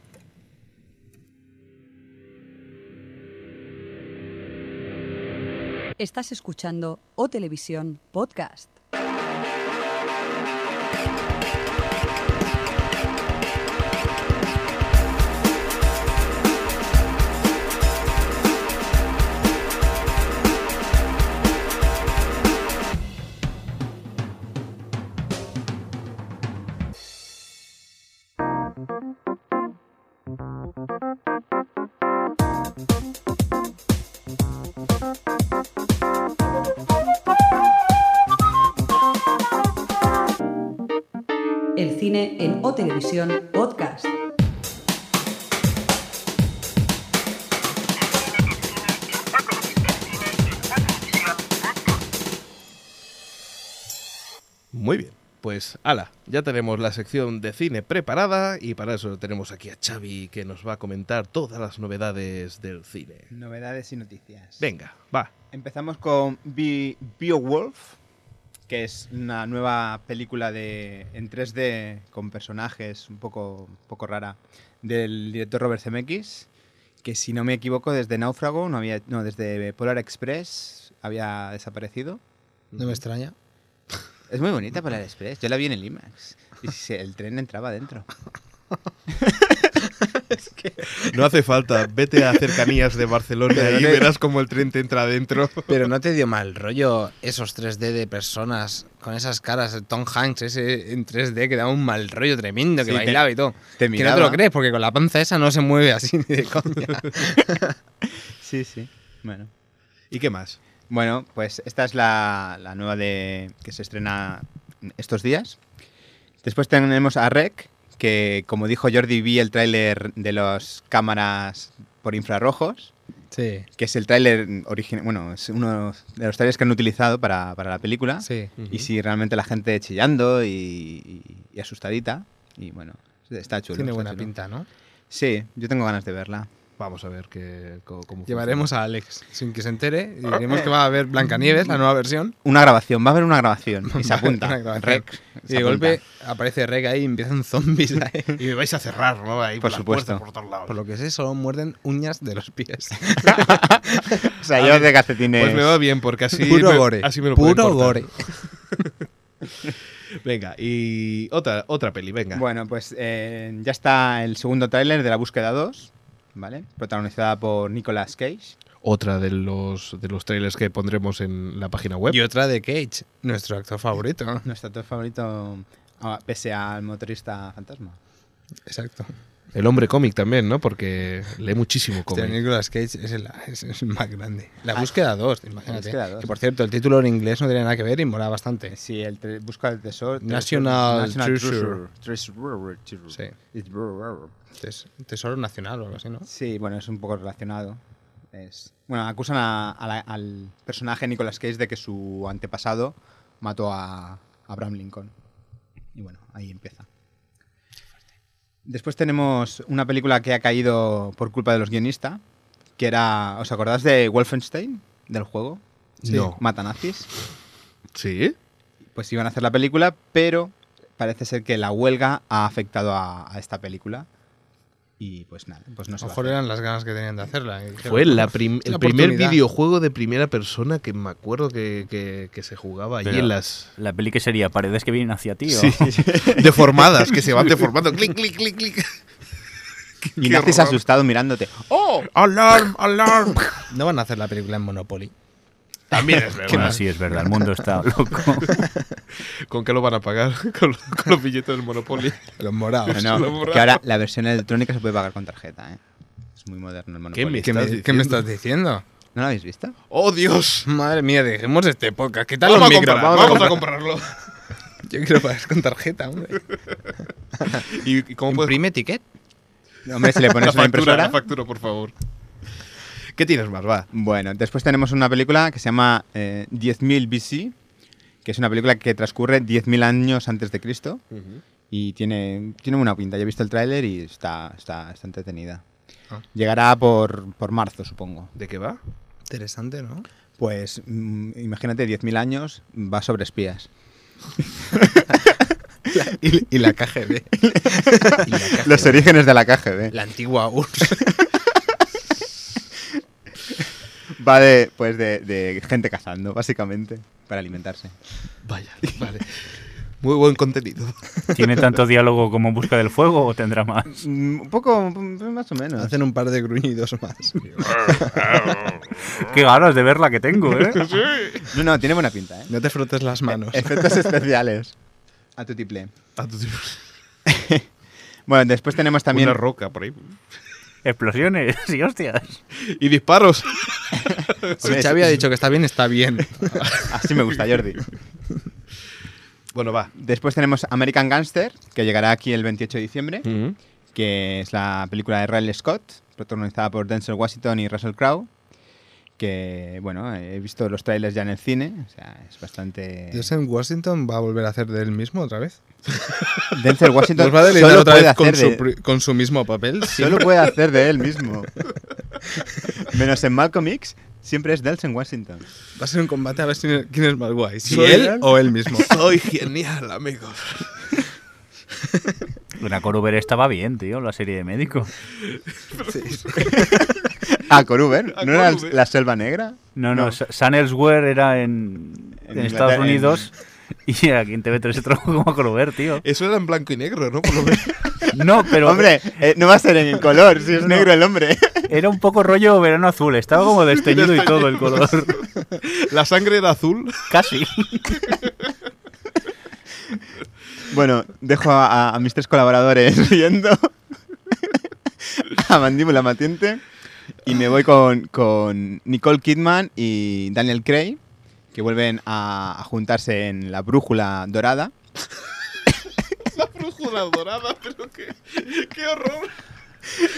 Speaker 1: Estás escuchando O Televisión Podcast. El cine en O Televisión Podcast.
Speaker 2: Muy bien. Pues, ala, ya tenemos la sección de cine preparada y para eso tenemos aquí a Xavi que nos va a comentar todas las novedades del cine.
Speaker 4: Novedades y noticias.
Speaker 2: Venga, va.
Speaker 4: Empezamos con Be- Beowulf, que es una nueva película de, en 3D con personajes un poco, un poco rara del director Robert Zemeckis, que si no me equivoco desde Náufrago, no había, no, desde Polar Express había desaparecido.
Speaker 3: No me extraña.
Speaker 4: Es muy bonita Polar Express, yo la vi en el IMAX y se- el tren entraba dentro.
Speaker 2: No hace falta, vete a cercanías de Barcelona y
Speaker 3: Pero no-
Speaker 2: verás cómo el tren te entra adentro.
Speaker 3: Pero no te dio mal rollo esos 3D de personas con esas caras. el Tom Hanks ese en 3D que daba un mal rollo tremendo, que
Speaker 4: Sí, te-
Speaker 3: bailaba y todo.
Speaker 4: Te
Speaker 3: Que no te lo crees, porque con la panza esa no se mueve así ni de coña.
Speaker 4: Sí, sí. Bueno.
Speaker 2: ¿Y qué más?
Speaker 4: Bueno, pues esta es la, la nueva de que se estrena estos días. Después tenemos a Rec, que como dijo Jordi, vi el tráiler de las cámaras por infrarrojos,
Speaker 3: Sí,
Speaker 4: que es el tráiler original, bueno, es uno de los trailers que han utilizado para, para la película.
Speaker 3: sí.
Speaker 4: Y sí, realmente la gente chillando y, y- y asustadita. Y bueno, está chulo.
Speaker 3: Tiene
Speaker 4: está
Speaker 3: buena
Speaker 4: chulo.
Speaker 3: pinta, ¿no?
Speaker 4: Sí, yo tengo ganas de verla.
Speaker 2: Vamos a ver qué, co- cómo
Speaker 3: Llevaremos a Alex sin que se entere y diremos que va a haber Blancanieves, la nueva versión.
Speaker 4: Una grabación, va a haber una grabación. Y se
Speaker 3: Va a haber
Speaker 4: apunta.
Speaker 3: una grabación.
Speaker 4: Rec.
Speaker 3: Y
Speaker 4: se
Speaker 3: de
Speaker 4: apunta.
Speaker 3: golpe aparece Reg ahí y empiezan zombies. ahí.
Speaker 2: Y me vais a cerrar, ¿no? Ahí
Speaker 4: Por
Speaker 2: las
Speaker 4: supuesto.
Speaker 2: puertas todos lados.
Speaker 3: Por lo que sé, solo muerden uñas de los pies.
Speaker 4: O sea, yo de calcetines.
Speaker 2: Pues me va bien, porque así,
Speaker 3: Puro
Speaker 2: me,
Speaker 3: gore.
Speaker 2: así me lo pueden
Speaker 3: Puro
Speaker 2: cortar.
Speaker 3: gore.
Speaker 2: Venga, y otra, otra peli, venga.
Speaker 4: Bueno, pues eh, ya está el segundo tráiler de La Búsqueda 2, ¿vale? Protagonizada por Nicolas Cage.
Speaker 2: Otra de los, de los trailers que pondremos en la página web.
Speaker 3: Y otra de Cage, nuestro actor favorito.
Speaker 4: Nuestro actor favorito, ah, pese al motorista fantasma.
Speaker 3: Exacto.
Speaker 2: El hombre cómic también, ¿no? Porque lee muchísimo
Speaker 3: Este
Speaker 2: cómic.
Speaker 3: Nicolas Cage es el, es el más grande. Ah. La búsqueda 2,
Speaker 4: La
Speaker 3: imagínate.
Speaker 4: búsqueda dos.
Speaker 3: Que por cierto, el título en inglés no tiene nada que ver y mola bastante.
Speaker 4: Sí, el tre- busca el tesoro. tesoro-
Speaker 3: National
Speaker 4: Treasure. Treasure. Treasure.
Speaker 3: Sí.
Speaker 4: It's brr-
Speaker 3: Tes- tesoro nacional o algo así, ¿no?
Speaker 4: Sí, bueno, es un poco relacionado. Es... Bueno, acusan a- a la- al personaje Nicolas Cage de que su antepasado mató a Abraham Lincoln. Y bueno, ahí empieza. Después tenemos una película que ha caído por culpa de los guionistas, que era, ¿os acordás de Wolfenstein? Del juego.
Speaker 2: Sí. No.
Speaker 4: Mata nazis.
Speaker 2: ¿Sí?
Speaker 4: Pues iban a hacer la película, pero parece ser que la huelga ha afectado a, a esta película. Y pues nada, pues no
Speaker 3: A
Speaker 4: se
Speaker 3: lo
Speaker 4: va a
Speaker 3: mejor
Speaker 4: hacer.
Speaker 3: eran las ganas que tenían de hacerla. y dijeron,
Speaker 2: Fue la
Speaker 3: "Uf,
Speaker 2: prim-
Speaker 3: es
Speaker 2: el
Speaker 3: la
Speaker 2: primer
Speaker 3: oportunidad".
Speaker 2: videojuego de primera persona que me acuerdo que, que- que se jugaba allí
Speaker 5: Pero-
Speaker 2: en las...
Speaker 5: La peli que sería paredes que vienen hacia ti. o-
Speaker 2: Sí. deformadas, que se van deformando. clic, clic, clic, clic.
Speaker 4: Y nazis
Speaker 2: horror.
Speaker 4: asustado mirándote.
Speaker 2: ¡Oh! ¡Alarm! ¡Alarm!
Speaker 3: No van a hacer la película en Monopoly.
Speaker 2: También es
Speaker 5: Bueno,
Speaker 2: verdad.
Speaker 5: sí, es verdad, el mundo está loco.
Speaker 2: ¿Con qué lo van a pagar? Con, con los billetes del Monopoly.
Speaker 3: Los morados.
Speaker 4: No,
Speaker 2: lo
Speaker 4: no,
Speaker 2: borraron.
Speaker 4: que ahora la versión electrónica se puede pagar con tarjeta, ¿eh? Es muy moderno el
Speaker 2: ¿Qué
Speaker 4: Monopoly.
Speaker 2: me-
Speaker 3: ¿Qué, me,
Speaker 2: estás
Speaker 3: qué me
Speaker 2: diciendo?
Speaker 3: estás diciendo?
Speaker 4: ¿No lo habéis visto?
Speaker 2: ¡Oh, Dios!
Speaker 3: Madre mía, dijimos este podcast. ¿Qué tal
Speaker 2: Vamos
Speaker 3: los
Speaker 2: a,
Speaker 3: micros?
Speaker 2: comprar,
Speaker 3: Vamos a comprar.
Speaker 2: comprarlo.
Speaker 3: Yo quiero pagar con tarjeta, hombre.
Speaker 2: ¿Y, y cómo puedes
Speaker 3: ¿Imprime ticket?
Speaker 4: Hombre, si le pones una impresora.
Speaker 2: factura, por favor. ¿Qué tienes más? Va.
Speaker 4: Bueno, después tenemos una película que se llama eh, 10.000 BC, que es una película que transcurre 10.000 años antes de Cristo y tiene, tiene buena pinta. Ya he visto el tráiler y está, está, está entretenida.
Speaker 3: Ah.
Speaker 4: Llegará por, por marzo, supongo.
Speaker 2: ¿De qué va?
Speaker 3: Interesante, ¿no?
Speaker 4: Pues mm, imagínate, 10.000 años va sobre espías.
Speaker 3: Y, y la KGB. Y la KGB.
Speaker 4: Los orígenes de la KGB.
Speaker 3: La antigua URSS.
Speaker 4: Va de, pues de, de gente cazando, básicamente, para alimentarse.
Speaker 2: Vaya, vale. Muy buen contenido.
Speaker 5: ¿Tiene tanto diálogo como en Busca del Fuego o tendrá más?
Speaker 4: Un poco, más o menos.
Speaker 3: Hacen un par de gruñidos más.
Speaker 5: Qué ganas de verla que tengo, ¿eh?
Speaker 4: No, no, tiene buena pinta, ¿eh?
Speaker 3: No te frotes eh, las manos.
Speaker 2: Ah,
Speaker 4: Efectos especiales. A tu tiple.
Speaker 2: A tu-
Speaker 4: Bueno, después tenemos también.
Speaker 2: Una roca por ahí.
Speaker 5: Explosiones y hostias.
Speaker 2: Y disparos.
Speaker 3: Si Xavi ha Pues dicho que está bien, está bien.
Speaker 4: Así me gusta, Jordi.
Speaker 2: Bueno, va.
Speaker 4: Después tenemos American Gangster, que llegará aquí el 28 de diciembre,
Speaker 2: Ujú.
Speaker 4: que es la película de Riley Scott, protagonizada por Denzel Washington y Russell Crowe. Que, bueno, he visto los trailers ya en el cine, o sea, es bastante.
Speaker 3: en Washington va a volver a hacer de él mismo otra vez.
Speaker 4: Denzel Washington
Speaker 3: Nos va a deleitar
Speaker 4: solo
Speaker 3: otra
Speaker 4: puede
Speaker 3: vez con
Speaker 4: hacer
Speaker 3: su,
Speaker 4: de-
Speaker 3: pri- con su mismo papel. sí.
Speaker 4: Solo puede hacer de él mismo. Menos en Malcolm X, siempre es Denzel Washington.
Speaker 3: Va a ser un combate a ver si- quién es más guay. Si
Speaker 2: ¿Soy
Speaker 3: él
Speaker 2: él?
Speaker 3: o él mismo.
Speaker 2: Soy genial, amigos.
Speaker 5: Una Coruber estaba bien, tío, la serie de médicos.
Speaker 4: Ah, Coruber, ¿no
Speaker 2: Ah,
Speaker 4: era
Speaker 2: Coruber.
Speaker 4: la selva negra?
Speaker 5: No, no, Sa- San Elsewhere era en,
Speaker 4: En
Speaker 5: en Estados
Speaker 4: Inglaterra,
Speaker 5: Unidos y aquí en TV3 se trabajó como Coruber, tío.
Speaker 2: Eso era en blanco y negro, ¿no? Por lo menos.
Speaker 5: No, pero
Speaker 4: Hombre, eh, no va a ser en el color, si es negro el hombre.
Speaker 5: era un poco rollo verano azul, estaba como desteñido y todo el color.
Speaker 2: La sangre era azul.
Speaker 5: Casi.
Speaker 4: Bueno, dejo a, a mis tres colaboradores riendo. a mandíbula matiente. Y me voy con, con Nicole Kidman y Daniel Craig, que vuelven a, a juntarse en la brújula dorada.
Speaker 2: La brújula dorada, pero qué, qué horror.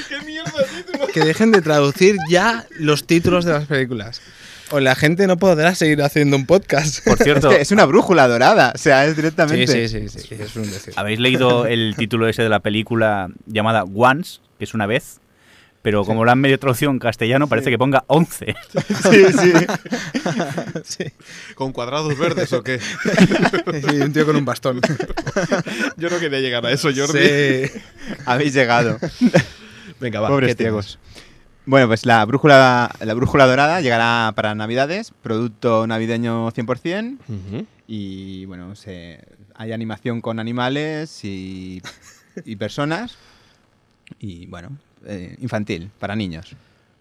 Speaker 2: Qué mierda de título.
Speaker 3: Que dejen de traducir ya los títulos de las películas. O la gente no podrá seguir haciendo un podcast.
Speaker 5: Por
Speaker 4: Es
Speaker 5: cierto,
Speaker 4: que es una brújula dorada, o sea, es
Speaker 3: Sí,
Speaker 4: directamente.
Speaker 3: sí, sí, sí, es un decir.
Speaker 5: ¿habéis leído el título ese de la película llamada Once, que es una vez? Pero como lo han medio traducido en castellano, parece que ponga 11.
Speaker 4: sí, sí.
Speaker 3: Sí.
Speaker 2: ¿Con cuadrados verdes o qué?
Speaker 3: Sí, un tío con un bastón.
Speaker 2: Yo no quería llegar a eso,
Speaker 3: Pues
Speaker 2: Jordi.
Speaker 3: Sí.
Speaker 4: Habéis llegado.
Speaker 2: Venga, va.
Speaker 4: Pobres
Speaker 2: ¿qué tienes?
Speaker 4: ciegos. Bueno, pues la brújula, la brújula dorada llegará para Navidades, producto navideño 100%,
Speaker 2: Ujú.
Speaker 4: y bueno, se, hay animación con animales y, y personas, y bueno, eh, infantil, para niños.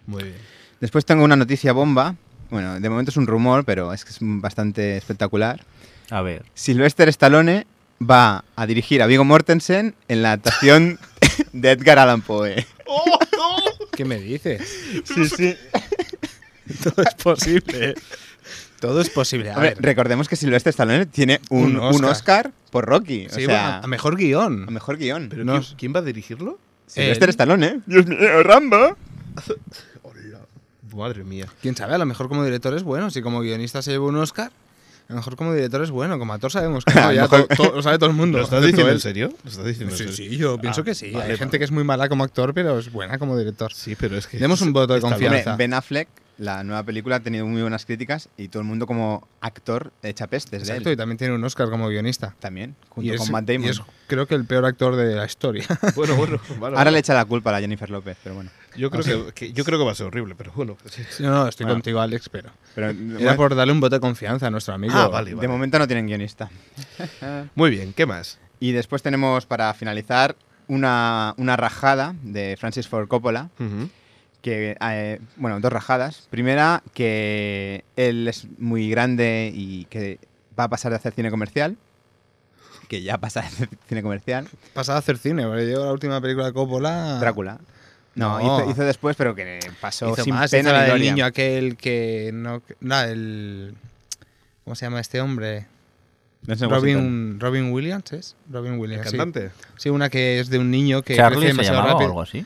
Speaker 2: Muy bien.
Speaker 4: Después tengo una noticia bomba, bueno, de momento es un rumor, pero es que es bastante espectacular.
Speaker 5: A ver,
Speaker 4: Sylvester Stallone va a dirigir a Vigo Mortensen en la adaptación de Edgar Allan Poe.
Speaker 2: ¡Oh, no!
Speaker 3: ¿Qué me dices?
Speaker 4: Sí, sí.
Speaker 3: Todo es posible. Todo es posible. A
Speaker 4: Hombre,
Speaker 3: ver,
Speaker 4: recordemos que Sylvester Stallone tiene
Speaker 3: Un
Speaker 4: un, un
Speaker 3: Oscar.
Speaker 4: Oscar. por Rocky.
Speaker 3: sí,
Speaker 4: o
Speaker 3: bueno,
Speaker 4: sea,
Speaker 3: a mejor guión.
Speaker 4: a mejor guión.
Speaker 2: ¿Pero
Speaker 3: No.
Speaker 2: ¿quién, quién va a dirigirlo?
Speaker 4: Sylvester
Speaker 3: él.
Speaker 4: Stallone, ¿eh? Dios mío, Rambo.
Speaker 2: Hola. Madre mía.
Speaker 3: Quién sabe, a lo mejor como director es bueno. Si como guionista se lleva un Oscar, a lo mejor como director es bueno. Como actor sabemos que no,
Speaker 4: A lo
Speaker 3: ya
Speaker 4: mejor-
Speaker 3: to- to- lo sabe todo el mundo.
Speaker 2: ¿Lo estás
Speaker 3: excepto
Speaker 2: diciendo
Speaker 3: él.
Speaker 2: en serio? ¿Lo estás diciendo
Speaker 3: Sí,
Speaker 2: en serio? Ah,
Speaker 3: sí, yo pienso que sí. Hay
Speaker 2: vale,
Speaker 3: gente
Speaker 2: vale.
Speaker 3: que es muy mala como actor, pero es buena como director.
Speaker 2: Sí, pero es que.
Speaker 3: Demos un voto de
Speaker 2: Está
Speaker 3: confianza.
Speaker 4: Hombre, ben Affleck, la nueva película, ha tenido muy buenas críticas y todo el mundo como actor echa pestes de
Speaker 3: Exacto, y
Speaker 4: él.
Speaker 3: también tiene un Oscar como guionista.
Speaker 4: También,
Speaker 3: y
Speaker 4: junto
Speaker 3: es,
Speaker 4: con Matt
Speaker 3: y
Speaker 4: Damon.
Speaker 3: es creo que el peor actor de la historia.
Speaker 2: Bueno, bueno. vale,
Speaker 4: Ahora
Speaker 2: vale.
Speaker 4: le echa la culpa a la Jennifer López, pero bueno.
Speaker 2: Yo creo, que, que- yo creo que va a ser horrible, pero bueno.
Speaker 3: no, no, estoy
Speaker 4: Bueno.
Speaker 3: contigo, Alex, pero.
Speaker 4: Pero,
Speaker 3: Era
Speaker 4: bueno,
Speaker 3: por darle un voto de confianza a nuestro amigo.
Speaker 2: Ah, vale,
Speaker 4: de
Speaker 2: vale.
Speaker 4: momento no tienen guionista.
Speaker 2: Muy bien, ¿qué más?
Speaker 4: Y después tenemos, para finalizar, una, una rajada de Francis Ford Coppola,
Speaker 2: Ujú.
Speaker 4: que eh, bueno, dos rajadas. Primera, que él es muy grande y que va a pasar de hacer cine comercial. Que ya pasa de hacer cine comercial.
Speaker 3: Pasaba a hacer cine, ¿vale? Yo la última película de Coppola.
Speaker 4: Drácula. No,
Speaker 3: Ah. No.
Speaker 4: Hizo, hizo después, pero que pasó
Speaker 3: Hizo
Speaker 4: sin
Speaker 3: más,
Speaker 4: pena
Speaker 3: hizo
Speaker 4: ni
Speaker 3: la del
Speaker 4: gloria.
Speaker 3: niño aquel que no. No, el. ¿Cómo se llama este hombre?
Speaker 4: Denzel
Speaker 3: Robin,
Speaker 4: Washington.
Speaker 3: Robin Williams, ¿es? Robin
Speaker 2: ¿El
Speaker 3: Williams. sí.
Speaker 2: cantante?
Speaker 3: Sí, una que es de un niño que crece
Speaker 5: Charlie se
Speaker 3: demasiado
Speaker 5: llamaba o
Speaker 3: rápido.
Speaker 5: algo así.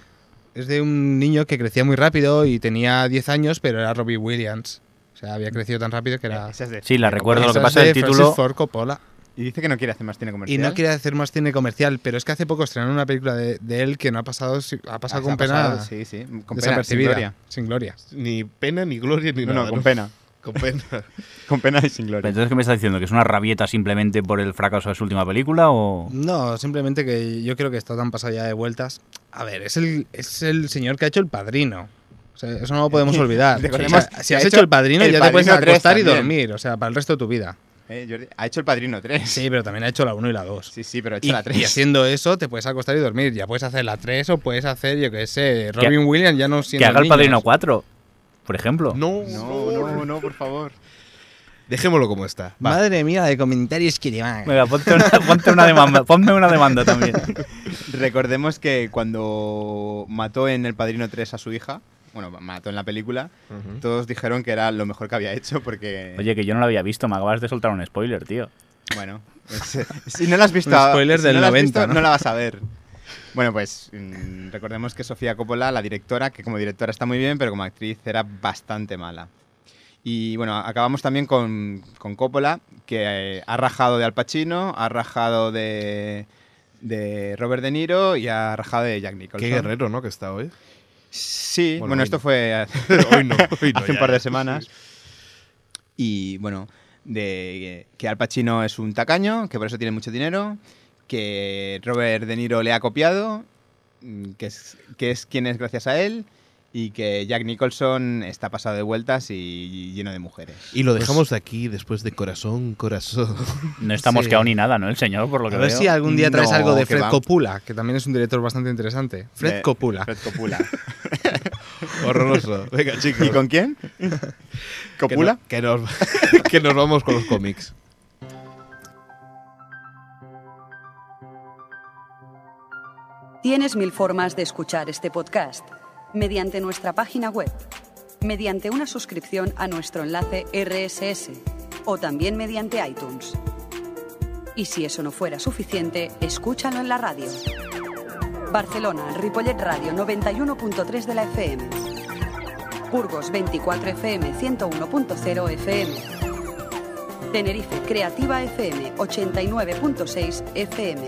Speaker 3: Es de un niño que crecía muy rápido y tenía 10 años, pero era Robbie Williams. O sea, había crecido tan rápido que era.
Speaker 4: Esa es de-
Speaker 5: Sí, la recuerdo. Lo
Speaker 3: Esa
Speaker 5: que
Speaker 3: es
Speaker 5: pasa es
Speaker 3: de
Speaker 5: el título.
Speaker 3: Francis Ford Coppola.
Speaker 4: Y dice que no quiere hacer más cine
Speaker 3: Y
Speaker 4: comercial.
Speaker 3: no quiere hacer más cine comercial, pero es que hace poco estrenaron una película de, de él que no ha pasado, si- ha
Speaker 4: Ah, se
Speaker 3: pasado
Speaker 4: ha
Speaker 3: con pena
Speaker 4: pasado, sí, sí. Con pena, sin
Speaker 3: desapercibida,
Speaker 4: gloria.
Speaker 3: sin gloria.
Speaker 2: Ni pena, ni gloria, ni
Speaker 4: No,
Speaker 2: nada.
Speaker 4: no, con pena.
Speaker 2: Con pena.
Speaker 4: Con pena y sin
Speaker 5: Pero
Speaker 4: gloria.
Speaker 5: entonces, ¿qué me estás diciendo? ¿Que es una rabieta simplemente por el fracaso de su última película o...?
Speaker 3: No, simplemente que yo creo que está tan pasado ya de vueltas. A ver, es el, es el señor que ha hecho el padrino. O sea, eso no lo podemos olvidar.
Speaker 4: Recordemos
Speaker 3: O sea, si
Speaker 4: que
Speaker 3: has
Speaker 4: ha
Speaker 3: hecho el padrino,
Speaker 4: El
Speaker 3: ya te puedes
Speaker 4: Padrino tres
Speaker 3: acostar y
Speaker 4: también.
Speaker 3: dormir. O sea, para el resto de tu vida.
Speaker 4: Eh, Jordi, ha hecho El Padrino 3.
Speaker 3: Sí, pero también ha hecho la 1 y la 2.
Speaker 4: Sí, sí, pero ha hecho
Speaker 3: Y,
Speaker 4: la 3.
Speaker 3: y haciendo eso te puedes acostar y dormir. Ya puedes hacer la 3 o puedes hacer, yo qué sé, Robin Williams ya no siendo
Speaker 5: Que haga el
Speaker 3: niños.
Speaker 5: Padrino 4, por ejemplo.
Speaker 2: No,
Speaker 4: No, no, no, por favor.
Speaker 2: Dejémoslo como está. va.
Speaker 3: Madre mía, de comentarios que te van.
Speaker 5: Venga, ponte una, ponte una demanda, ponme una demanda también.
Speaker 4: Recordemos que cuando mató en El Padrino 3 a su hija, bueno, mató en la película,
Speaker 2: Ujú.
Speaker 4: todos dijeron que era lo mejor que había hecho porque,
Speaker 5: Oye, que yo no lo había visto, me acabas de soltar un spoiler, tío.
Speaker 4: bueno, es- si no la has visto...
Speaker 3: pues, Un spoiler
Speaker 4: si
Speaker 3: del
Speaker 4: no la has
Speaker 3: 90,
Speaker 4: visto,
Speaker 3: ¿no?
Speaker 4: ¿no? la vas a ver. Bueno, pues mm, recordemos que Sofía Coppola, la directora, que como directora está muy bien, pero como actriz era bastante mala. Y bueno, acabamos también con, con Coppola, que eh, ha rajado de Al Pacino, ha rajado de, de Robert De Niro y ha rajado de Jack Nicholson.
Speaker 2: Qué guerrero, ¿no? Que está hoy.
Speaker 4: Sí,
Speaker 2: Bueno,
Speaker 4: bueno,
Speaker 2: hoy
Speaker 4: esto
Speaker 2: no.
Speaker 4: fue a-
Speaker 2: Hoy no, hoy no,
Speaker 4: hace un
Speaker 2: ya,
Speaker 4: par de
Speaker 2: ya, sí,
Speaker 4: semanas.
Speaker 2: sí.
Speaker 4: Y bueno, de que Al Pacino es un tacaño, que por eso tiene mucho dinero, que Robert De Niro le ha copiado, mm, que es, que es quien es gracias a él, y que Jack Nicholson está pasado de vueltas y lleno de mujeres.
Speaker 2: Y lo dejamos aquí después de corazón, corazón.
Speaker 5: No está mosqueado
Speaker 3: Sí.
Speaker 5: ni nada, ¿no? El señor, por lo que
Speaker 3: A ver
Speaker 5: veo.
Speaker 3: si algún día traes
Speaker 4: No,
Speaker 3: algo de
Speaker 4: que
Speaker 3: Fred
Speaker 4: va.
Speaker 3: Coppola, que también es un director bastante interesante. Fred
Speaker 4: De-
Speaker 3: Coppola.
Speaker 4: Fred Coppola. Eh,
Speaker 2: Horroroso. Venga, chicos.
Speaker 4: ¿Y con quién?
Speaker 2: que,
Speaker 4: ¿Copula?
Speaker 2: no- que nos, que nos vamos con los cómics.
Speaker 1: Tienes mil formas de escuchar este podcast. Mediante nuestra página web, mediante una suscripción a nuestro enlace RSS o también mediante iTunes. Y si eso no fuera suficiente, escúchalo en la radio. Barcelona, Ripollet Radio 91.3 de la FM. Burgos 24 FM 101.0 FM. Tenerife Creativa FM 89.6 FM.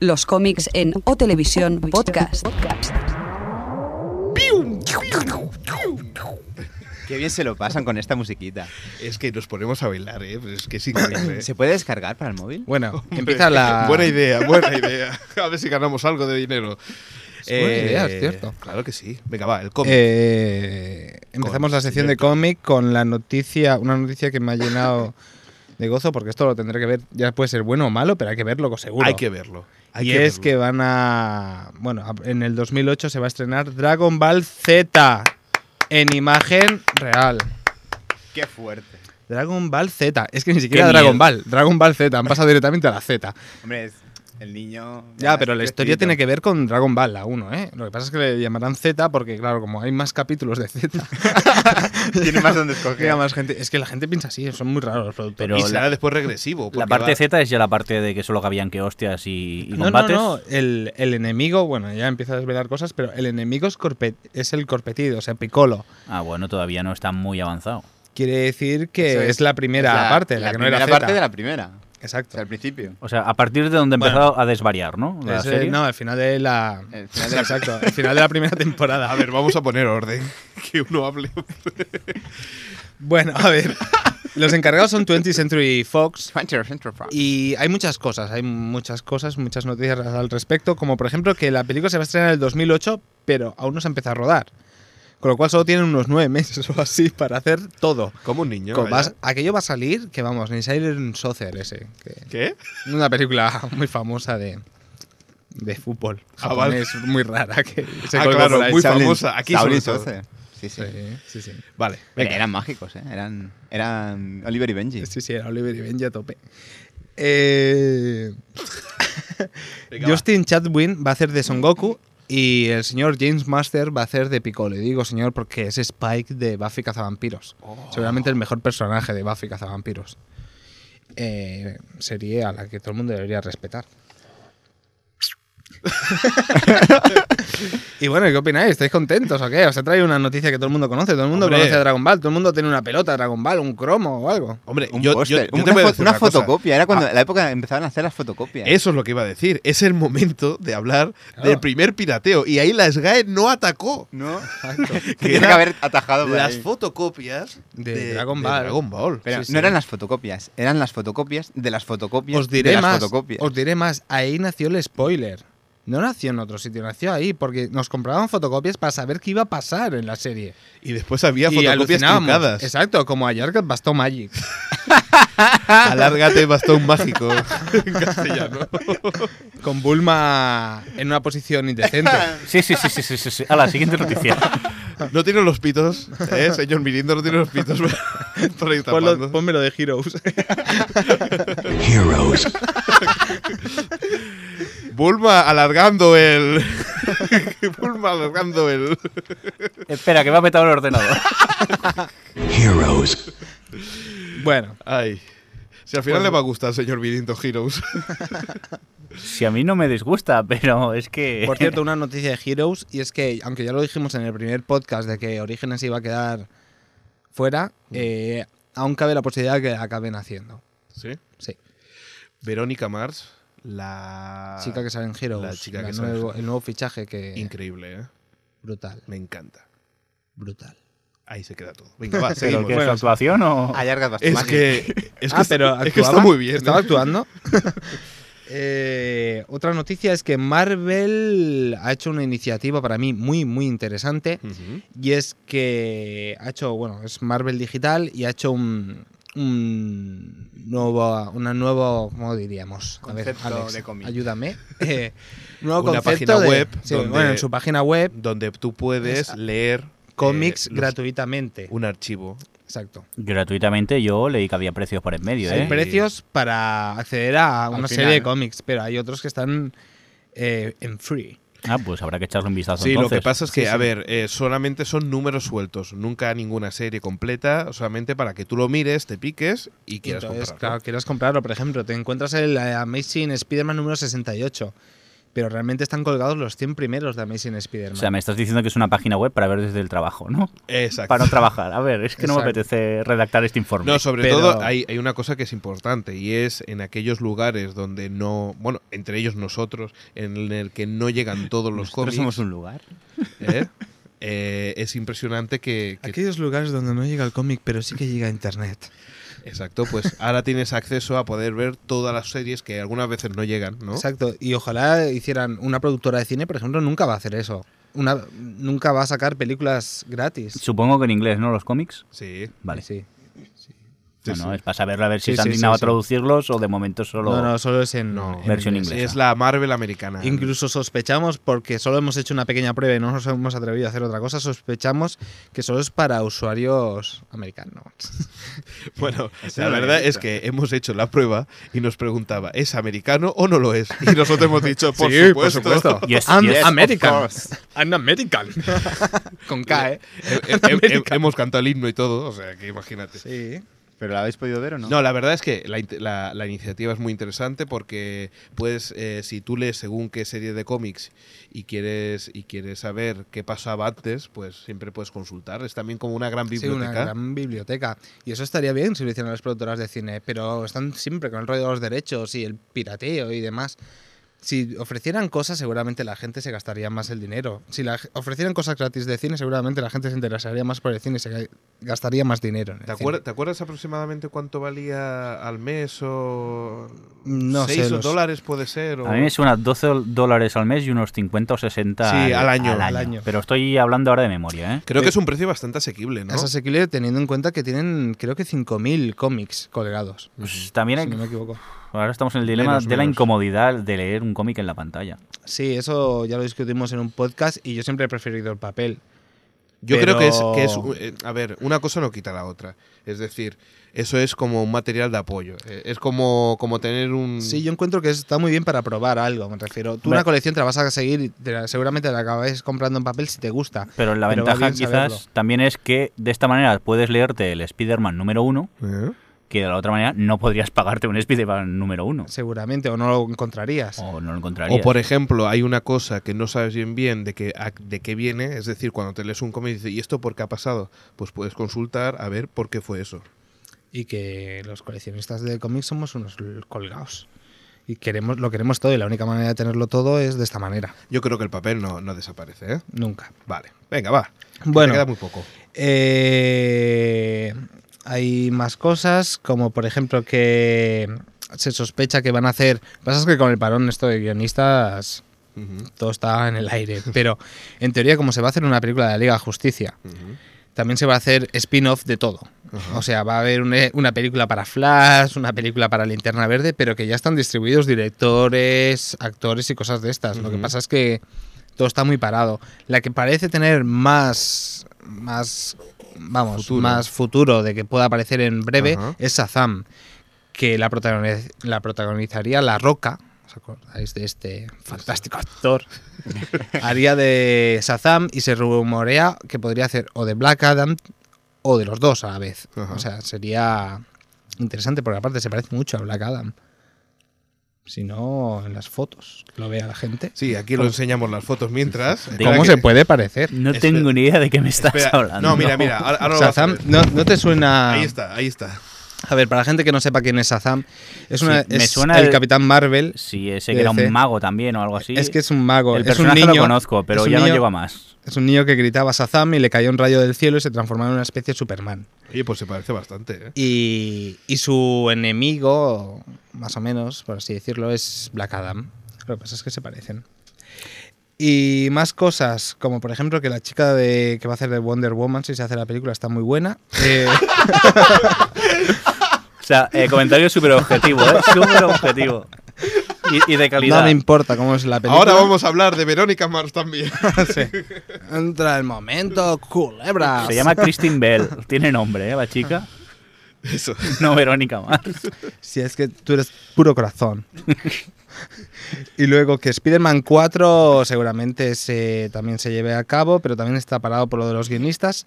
Speaker 1: Los cómics en O Televisión Podcast.
Speaker 4: Qué bien se lo pasan con esta musiquita.
Speaker 2: Es que nos ponemos a bailar, ¿eh? Pues Es que es increíble. ¿eh?
Speaker 4: ¿Se puede descargar para el móvil?
Speaker 3: Bueno,
Speaker 2: Hombre,
Speaker 3: empieza la.
Speaker 2: Buena idea, buena idea. A ver si ganamos algo de dinero. Eh,
Speaker 3: Es buena idea, es cierto.
Speaker 2: Claro que sí. Venga, va, el cómic.
Speaker 3: Eh, empezamos
Speaker 2: Con
Speaker 3: la sección de
Speaker 2: señor Tom.
Speaker 3: cómic con la noticia, una noticia que me ha llenado de gozo, porque esto lo tendré que ver, ya puede ser bueno o malo, pero hay que verlo seguro.
Speaker 2: Hay que verlo. Hay
Speaker 3: y es que
Speaker 2: verlo.
Speaker 3: van a. Bueno, a- en el 2008 se va a estrenar Dragon Ball Z en imagen real.
Speaker 4: Qué fuerte.
Speaker 3: Dragon Ball Z. Es que ni siquiera
Speaker 5: Qué
Speaker 3: Dragon
Speaker 5: miedo.
Speaker 3: Ball. Dragon Ball Z. Han pasado directamente a la Z.
Speaker 4: Hombre, es- el niño...
Speaker 3: Ya, pero la historia tiene
Speaker 4: que
Speaker 3: que ver con Dragon Ball, la 1, ¿eh? Lo que pasa es que le llamarán Z porque, claro, como hay más capítulos de Z.
Speaker 4: Tiene más donde escoger.
Speaker 3: Llega más gente. Es que la gente piensa así, son muy raros los productores.
Speaker 5: Pero
Speaker 2: Y
Speaker 5: la-
Speaker 2: será después regresivo.
Speaker 5: La
Speaker 2: porque
Speaker 5: parte
Speaker 2: va-
Speaker 5: Z es ya la parte de que solo cabían que hostias y, y
Speaker 3: no, no,
Speaker 5: combates.
Speaker 3: no. El, el enemigo, bueno, ya empieza a desvelar cosas, pero el enemigo es, corpe- es el corpetido, o sea, Piccolo.
Speaker 5: Ah, bueno, todavía no está muy avanzado.
Speaker 3: Quiere decir que
Speaker 4: Eso
Speaker 3: es, la primera parte, la, que no era
Speaker 4: primera
Speaker 3: Z.
Speaker 4: parte de la primera. O
Speaker 3: Exacto.
Speaker 4: sea, al principio.
Speaker 5: O sea, a partir de donde
Speaker 3: Bueno.
Speaker 5: empezó a desvariar, ¿no? La
Speaker 3: Ese-
Speaker 5: serie.
Speaker 3: eh, no, al final de la.
Speaker 4: El final de la-
Speaker 3: Exacto, el final de la primera temporada.
Speaker 2: A ver, vamos a poner orden. Que uno hable.
Speaker 3: Bueno, a ver. Los encargados son 20th Century Fox.
Speaker 2: Ah,
Speaker 4: Y
Speaker 3: Y hay muchas cosas, hay muchas cosas, muchas noticias al respecto, como por ejemplo que la película se va a estrenar en el 2008, pero aún no se ha empezado a rodar. Con lo cual solo tienen unos nueve meses o así para hacer todo.
Speaker 2: Como un niño.
Speaker 3: Con-
Speaker 2: vaya.
Speaker 3: vas- aquello va a salir, que vamos, ni Siren Social ese. que-
Speaker 2: ¿Qué?
Speaker 3: una película muy famosa de, de fútbol.
Speaker 2: Ah, vale.
Speaker 3: Japonés, muy rara. Que se
Speaker 2: Ah,
Speaker 3: colgó
Speaker 2: claro,
Speaker 3: por ahí.
Speaker 2: muy famosa, aquí sobre todo.
Speaker 4: Sí, sí.
Speaker 3: Sí, sí, sí.
Speaker 2: Vale.
Speaker 4: Venga, eran mágicos, ¿eh? Eran, eran Oliver y Benji.
Speaker 3: Sí, sí, era Oliver y Benji a tope. Eh,
Speaker 2: Venga,
Speaker 3: Justin Chadwin va a hacer de Son Goku y el señor James Master va a hacer de Piccolo. Y digo señor porque es Spike de Buffy Cazavampiros.
Speaker 2: Oh.
Speaker 3: Seguramente el mejor personaje de Buffy Cazavampiros. Eh, serie a la que todo el mundo debería respetar. Y bueno, ¿qué opináis? ¿Estáis contentos o qué? Os he traído una noticia que todo el mundo conoce. Todo el mundo
Speaker 2: Hombre.
Speaker 3: conoce a Dragon Ball. Todo el mundo tiene una pelota de Dragon Ball, un cromo o algo.
Speaker 2: Hombre,
Speaker 4: Un
Speaker 2: yo, yo- yo
Speaker 4: póster, una,
Speaker 2: te voy a
Speaker 4: fo-
Speaker 2: decir
Speaker 4: una
Speaker 2: cosa. Ah.
Speaker 4: fotocopia. Era cuando la época empezaban a hacer las fotocopias.
Speaker 2: Eso es lo que iba a decir. Es el momento de hablar del primer pirateo. Y ahí la SGAE no atacó.
Speaker 4: ¿No?
Speaker 2: Que
Speaker 4: Que tiene que
Speaker 2: era
Speaker 4: haber atajado por
Speaker 2: las
Speaker 4: ahí.
Speaker 2: fotocopias
Speaker 3: De Dragon Ball.
Speaker 2: Dragon Ball.
Speaker 4: Pero
Speaker 2: Sí, sí.
Speaker 4: no eran las fotocopias, eran las fotocopias de las fotocopias
Speaker 3: Os diré
Speaker 4: de las
Speaker 3: más.
Speaker 4: fotocopias.
Speaker 3: Os diré más. Ahí nació el spoiler. No nació en otro sitio, nació ahí, porque nos compraban fotocopias para saber qué iba a pasar en la serie.
Speaker 2: Y después había
Speaker 3: y
Speaker 2: fotocopias
Speaker 3: alucinábamos.
Speaker 2: trucadas.
Speaker 3: Exacto, como ayer que bastó Magic. Ah.
Speaker 2: Alárgate, bastón mágico. en castellano.
Speaker 3: Con Bulma en una posición indecente.
Speaker 5: Sí, sí, sí, sí, sí, sí, sí. A la siguiente noticia.
Speaker 2: No tiene los pitos, ¿eh? Señor Mirindo no tiene los pitos. Por ahí tapando.
Speaker 3: pónmelo de Heroes.
Speaker 6: Heroes.
Speaker 2: Bulma alargando el... Bulma alargando el...
Speaker 5: Espera, que me ha petado el ordenador.
Speaker 6: Heroes.
Speaker 3: bueno,
Speaker 2: Ay. Si al final le va a gustar, señor Mirindo Heroes.
Speaker 5: Si a mí no me disgusta, pero es que.
Speaker 3: por cierto, una noticia de Heroes, y es que, aunque ya lo dijimos en el primer podcast de que Orígenes iba a quedar fuera,
Speaker 2: Mm.
Speaker 3: eh, aún cabe la posibilidad de que acaben haciendo.
Speaker 2: ¿Sí?
Speaker 3: Sí.
Speaker 2: Verónica Mars, la...
Speaker 3: chica que sale en Heroes.
Speaker 2: Ah, la chica
Speaker 3: la
Speaker 2: que sale en
Speaker 3: nuevo-
Speaker 2: Heroes.
Speaker 3: El nuevo fichaje que.
Speaker 2: Increíble, ¿eh?
Speaker 3: Brutal,
Speaker 2: Me encanta.
Speaker 3: brutal.
Speaker 2: Ahí se queda todo. Venga, va,
Speaker 5: ¿Pero
Speaker 2: seguimos.
Speaker 5: qué, ¿Su actuación o.?
Speaker 4: Allargas bastante.
Speaker 2: Es que, es que,
Speaker 3: Ah,
Speaker 2: está-
Speaker 3: pero
Speaker 2: es que está
Speaker 3: actuaba,
Speaker 2: muy bien. ¿eh?
Speaker 3: Estaba actuando. Eh, otra noticia es que Marvel ha hecho una iniciativa para mí muy, muy interesante.
Speaker 2: Ujú.
Speaker 3: Y es que ha hecho, bueno, es Marvel Digital y ha hecho un, un nuevo, una nueva, ¿cómo diríamos?
Speaker 4: Concepto de cómic.
Speaker 3: ayúdame. Eh, nuevo
Speaker 2: Una
Speaker 3: concepto
Speaker 2: página
Speaker 3: de-
Speaker 2: web
Speaker 3: sí,
Speaker 2: donde-
Speaker 3: bueno, en su página web,
Speaker 2: Donde tú puedes
Speaker 3: Esa.
Speaker 2: leer eh,
Speaker 3: cómics
Speaker 2: los-
Speaker 3: gratuitamente.
Speaker 2: Un archivo.
Speaker 3: Exacto.
Speaker 5: Gratuitamente yo leí que había precios por en medio,
Speaker 3: Hay
Speaker 5: ¿eh?
Speaker 3: precios para acceder a una
Speaker 4: final,
Speaker 3: serie de
Speaker 4: ¿no?
Speaker 3: cómics, pero hay otros que están eh, en free.
Speaker 5: Ah, pues habrá que echarle un vistazo.
Speaker 2: Sí, lo
Speaker 5: entonces.
Speaker 2: que pasa es que, a ver, eh, solamente son números sueltos, nunca ninguna serie completa, solamente para que tú lo mires, te piques y quieras
Speaker 3: Entonces,
Speaker 2: comprarlo.
Speaker 3: claro, quieras comprarlo. Por ejemplo, te encuentras el eh, Amazing Spider-Man número 68, pero realmente están colgados los 100 primeros de Amazing
Speaker 5: O
Speaker 3: Spider-Man.
Speaker 5: sea, me estás diciendo que es una página web para ver desde el trabajo, ¿no?
Speaker 2: Exacto.
Speaker 5: Para no trabajar. A ver, es que no me
Speaker 3: Exacto.
Speaker 5: apetece redactar este informe.
Speaker 2: No, sobre
Speaker 3: Pero-
Speaker 2: todo hay, hay una cosa que es importante y es en aquellos lugares donde no, bueno, entre ellos nosotros, en el que no llegan todos los
Speaker 4: Nosotros
Speaker 2: cómics,
Speaker 4: somos un lugar.
Speaker 2: ¿eh? Eh, es impresionante que, que-
Speaker 3: Aquellos lugares donde no llega el cómic, pero sí que llega a internet.
Speaker 2: exacto, pues ahora tienes acceso a poder ver todas las series que algunas veces no llegan, ¿no?
Speaker 3: Exacto. Y ojalá hicieran una productora de cine, por ejemplo, nunca va a hacer eso. Una, nunca va a sacar películas gratis.
Speaker 5: Supongo que en inglés, ¿no? Los cómics.
Speaker 2: Sí.
Speaker 5: Vale.
Speaker 3: Sí.
Speaker 5: Bueno, es para saberlo a ver si
Speaker 3: Sí,
Speaker 5: se han
Speaker 3: sí,
Speaker 5: dignado
Speaker 3: sí, sí.
Speaker 5: a traducirlos o de momento solo.
Speaker 3: No, no, solo es en,
Speaker 2: No.
Speaker 3: en
Speaker 5: Versión
Speaker 3: inglés.
Speaker 5: inglesa.
Speaker 2: Es la Marvel americana.
Speaker 3: Incluso sospechamos, porque solo hemos hecho una pequeña prueba y no nos hemos atrevido a hacer otra cosa, sospechamos que solo es para usuarios americanos.
Speaker 2: Bueno,
Speaker 4: Eso
Speaker 2: la
Speaker 4: no lo
Speaker 2: verdad
Speaker 4: había
Speaker 2: es
Speaker 4: visto.
Speaker 2: que hemos hecho la prueba y nos preguntaba, ¿es americano o no lo es? Y nosotros hemos dicho, por supuesto.
Speaker 5: Yes,
Speaker 3: And
Speaker 5: yes, of
Speaker 3: American.
Speaker 4: course.
Speaker 3: And American. Con K, ¿eh?
Speaker 2: He- he- he-
Speaker 3: Americano.
Speaker 2: Em, hemos cantado el himno y todo, o sea, que imagínate.
Speaker 3: Sí.
Speaker 4: ¿Pero la habéis podido ver o no?
Speaker 2: No, la verdad es que la, int- la- la iniciativa es muy interesante porque puedes, eh, si tú lees según qué serie de cómics y quieres y quieres saber qué pasaba antes, pues siempre puedes consultar. Es también como una gran
Speaker 3: Sí,
Speaker 2: biblioteca.
Speaker 3: una gran biblioteca. Y eso estaría bien si lo hicieran las productoras de cine, pero están siempre con el rollo de los derechos y el pirateo y demás. Si ofrecieran cosas, seguramente la gente se gastaría más el dinero. Si la- ofrecieran cosas gratis de cine, seguramente la gente se interesaría más por el cine y se ga- gastaría más dinero. en el
Speaker 2: ¿Te, acuer- te acuerdas aproximadamente cuánto valía al mes o
Speaker 3: No sé,
Speaker 2: 6
Speaker 3: los-
Speaker 2: dólares puede ser? o-
Speaker 5: A mí me suena 12 dólares al mes y unos 50 o 60
Speaker 2: Sí, al año.
Speaker 3: Al año.
Speaker 5: Pero estoy hablando ahora de memoria, ¿eh?
Speaker 2: Creo que es un precio bastante asequible, ¿no?
Speaker 3: cine. Es asequible teniendo en cuenta que tienen, creo que 5.000 cómics colgados.
Speaker 5: Pues también hay-
Speaker 3: Si no me equivoco.
Speaker 5: ahora estamos en el dilema
Speaker 2: Menos,
Speaker 5: de la
Speaker 2: menos.
Speaker 5: incomodidad de leer un cómic en la pantalla.
Speaker 3: Sí, eso ya lo discutimos en un podcast y yo siempre he preferido el papel.
Speaker 2: Yo
Speaker 3: Pero-
Speaker 2: creo que es, que es un- eh, a ver, una cosa no quita la otra. Es decir, eso es como un material de apoyo. Eh, Es como, como tener un...
Speaker 3: Sí, yo encuentro que está muy bien para probar algo, me refiero. Tú
Speaker 5: Hombre.
Speaker 3: una colección te la vas a seguir y te la- seguramente la acabáis comprando en papel si te gusta.
Speaker 5: Pero la
Speaker 3: Pero va
Speaker 5: ventaja
Speaker 3: bien
Speaker 5: quizás
Speaker 3: saberlo.
Speaker 5: también es que de esta manera puedes leerte el Spider-Man número 1
Speaker 2: ¿Eh?
Speaker 5: que de la otra manera no podrías pagarte un Spider-Man número uno.
Speaker 3: Seguramente, o no lo encontrarías.
Speaker 5: O no lo encontrarías.
Speaker 2: O por ejemplo, hay una cosa que no sabes bien bien de qué de qué viene, es decir, cuando te lees un cómic y dices, ¿y esto por qué ha pasado? Pues puedes consultar a ver por qué fue eso.
Speaker 3: Y que los coleccionistas de cómics somos unos colgados. Y queremos, lo queremos todo, y la única manera de tenerlo todo es de esta manera.
Speaker 2: Yo creo que el papel no, no desaparece, ¿eh?
Speaker 3: Nunca.
Speaker 2: Vale. Venga, va. que
Speaker 3: Bueno.
Speaker 2: te queda muy poco.
Speaker 3: Eh, hay más cosas, como por ejemplo que se sospecha que van a hacer. lo que Pasa es que con el parón esto de guionistas
Speaker 2: Ujú,
Speaker 3: todo está en el aire, pero en teoría como se va a hacer una película de la Liga de Justicia,
Speaker 2: ujú.
Speaker 3: también se va a hacer spin-off de todo. O sea, va a haber una, una película para Flash, una película para Linterna Verde, pero que ya están distribuidos directores, actores y cosas de estas. Lo que
Speaker 2: Ujú.
Speaker 3: pasa es que todo está muy parado. La que parece tener más, más, vamos,
Speaker 2: Futuro.
Speaker 3: más futuro de que pueda aparecer en breve
Speaker 2: Ajá.
Speaker 3: es Shazam, que la, protagoniz- la protagonizaría La Roca. ¿Os acordáis de este fantástico actor? Haría de Shazam y se rumorea que podría hacer o de Black Adam o de los dos a la vez.
Speaker 2: Ajá.
Speaker 3: O sea, sería interesante porque aparte se parece mucho a Black Adam. Si no, en las fotos, que lo vea la gente.
Speaker 2: Sí, aquí lo enseñamos las fotos mientras.
Speaker 5: ¿De
Speaker 2: Espera
Speaker 3: ¿Cómo
Speaker 2: que-
Speaker 3: se puede parecer?
Speaker 5: No
Speaker 2: Espera.
Speaker 5: tengo ni idea de qué me estás
Speaker 2: espera.
Speaker 5: hablando.
Speaker 2: No, mira, mira. Ahora, ahora lo vas a
Speaker 3: Shazam,
Speaker 2: ver.
Speaker 3: no, ¿no te suena?
Speaker 2: Ahí está, ahí está.
Speaker 3: A ver, para la gente que no sepa quién es Shazam, es, una,
Speaker 5: Sí, me
Speaker 3: es
Speaker 5: suena
Speaker 3: el
Speaker 5: el-
Speaker 3: Capitán Marvel.
Speaker 5: Sí, ese que era
Speaker 3: DC.
Speaker 5: un mago también o algo así.
Speaker 3: Es que es un mago.
Speaker 5: El
Speaker 3: es un
Speaker 5: personaje
Speaker 3: niño,
Speaker 5: lo conozco, pero
Speaker 3: es un
Speaker 5: ya no
Speaker 3: niño-
Speaker 5: lleva más.
Speaker 3: Es un niño que gritaba Shazam y le cayó un rayo del cielo y se transformaba en una especie de Superman.
Speaker 2: Oye, pues se parece bastante, ¿eh?
Speaker 3: Y, y su enemigo, más o menos, por así decirlo, es Black Adam. Lo que pasa es que se parecen. Y más cosas, como por ejemplo que la chica de, que va a hacer de Wonder Woman, si se hace la película, está muy buena. Eh,
Speaker 5: O sea, eh, comentario súper objetivo, ¿eh? Súper objetivo. Y, y de calidad.
Speaker 3: no me importa cómo es la película.
Speaker 2: Ahora vamos a hablar de Verónica Mars también.
Speaker 3: Sí. Entra el momento, culebra.
Speaker 5: Se llama Christine Bell. Tiene nombre, ¿eh? La chica.
Speaker 2: Eso.
Speaker 5: No Verónica Mars.
Speaker 3: Si es que tú eres puro corazón. y luego que Spider-Man 4 seguramente se, también se lleve a cabo, pero también está parado por lo de los guionistas.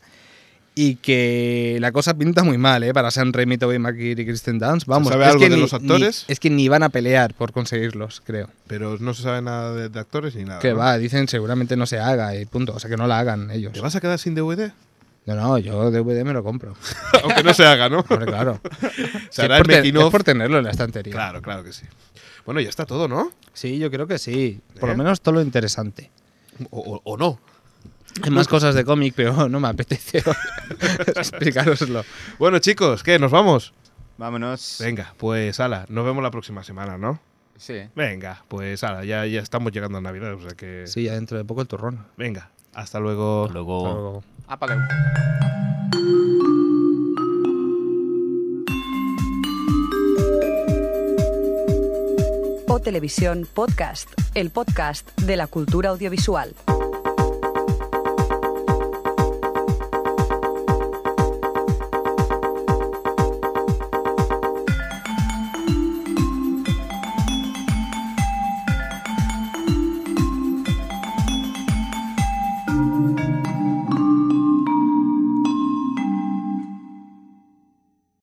Speaker 3: Y que la cosa pinta muy mal, ¿eh? Para Sam Raimi, Tobey Maguire y Kristen Dunst. Vamos,
Speaker 2: sabe
Speaker 3: es
Speaker 2: algo
Speaker 3: que
Speaker 2: de
Speaker 3: ni-
Speaker 2: los actores?
Speaker 3: ni- es que ni van a pelear por conseguirlos, creo.
Speaker 2: Pero no se sabe nada de, de actores ni nada.
Speaker 3: Que
Speaker 2: ¿no?
Speaker 3: va, dicen seguramente no se haga y punto. O sea, que no la hagan ellos.
Speaker 2: ¿Te vas a quedar sin DVD?
Speaker 3: No, no, yo DVD me lo compro.
Speaker 2: Aunque no se haga, ¿no?
Speaker 3: Hombre, claro.
Speaker 2: Se hará
Speaker 3: es, por
Speaker 2: el
Speaker 3: te-
Speaker 2: making
Speaker 3: es
Speaker 2: of.
Speaker 3: por tenerlo en la estantería.
Speaker 2: Claro, claro que sí. Bueno, ya está todo, ¿no?
Speaker 3: Sí, yo creo que sí. Por
Speaker 2: ¿Eh?
Speaker 3: lo menos todo lo interesante.
Speaker 2: O, o- o no.
Speaker 3: Hay más cosas de cómic, pero no me apetece explicaroslo.
Speaker 2: Bueno, chicos, ¿qué? ¿Nos vamos?
Speaker 4: Vámonos.
Speaker 2: Venga, pues ala, nos vemos la próxima semana, ¿no?
Speaker 4: Sí.
Speaker 2: Venga, pues ala, ya, ya estamos llegando a Navidad, o sea que.
Speaker 3: Sí, ya dentro de poco el turrón.
Speaker 2: Venga, hasta luego.
Speaker 5: Luego.
Speaker 3: Pero-
Speaker 4: Apagado.
Speaker 1: O Televisión Podcast, el podcast de la cultura audiovisual.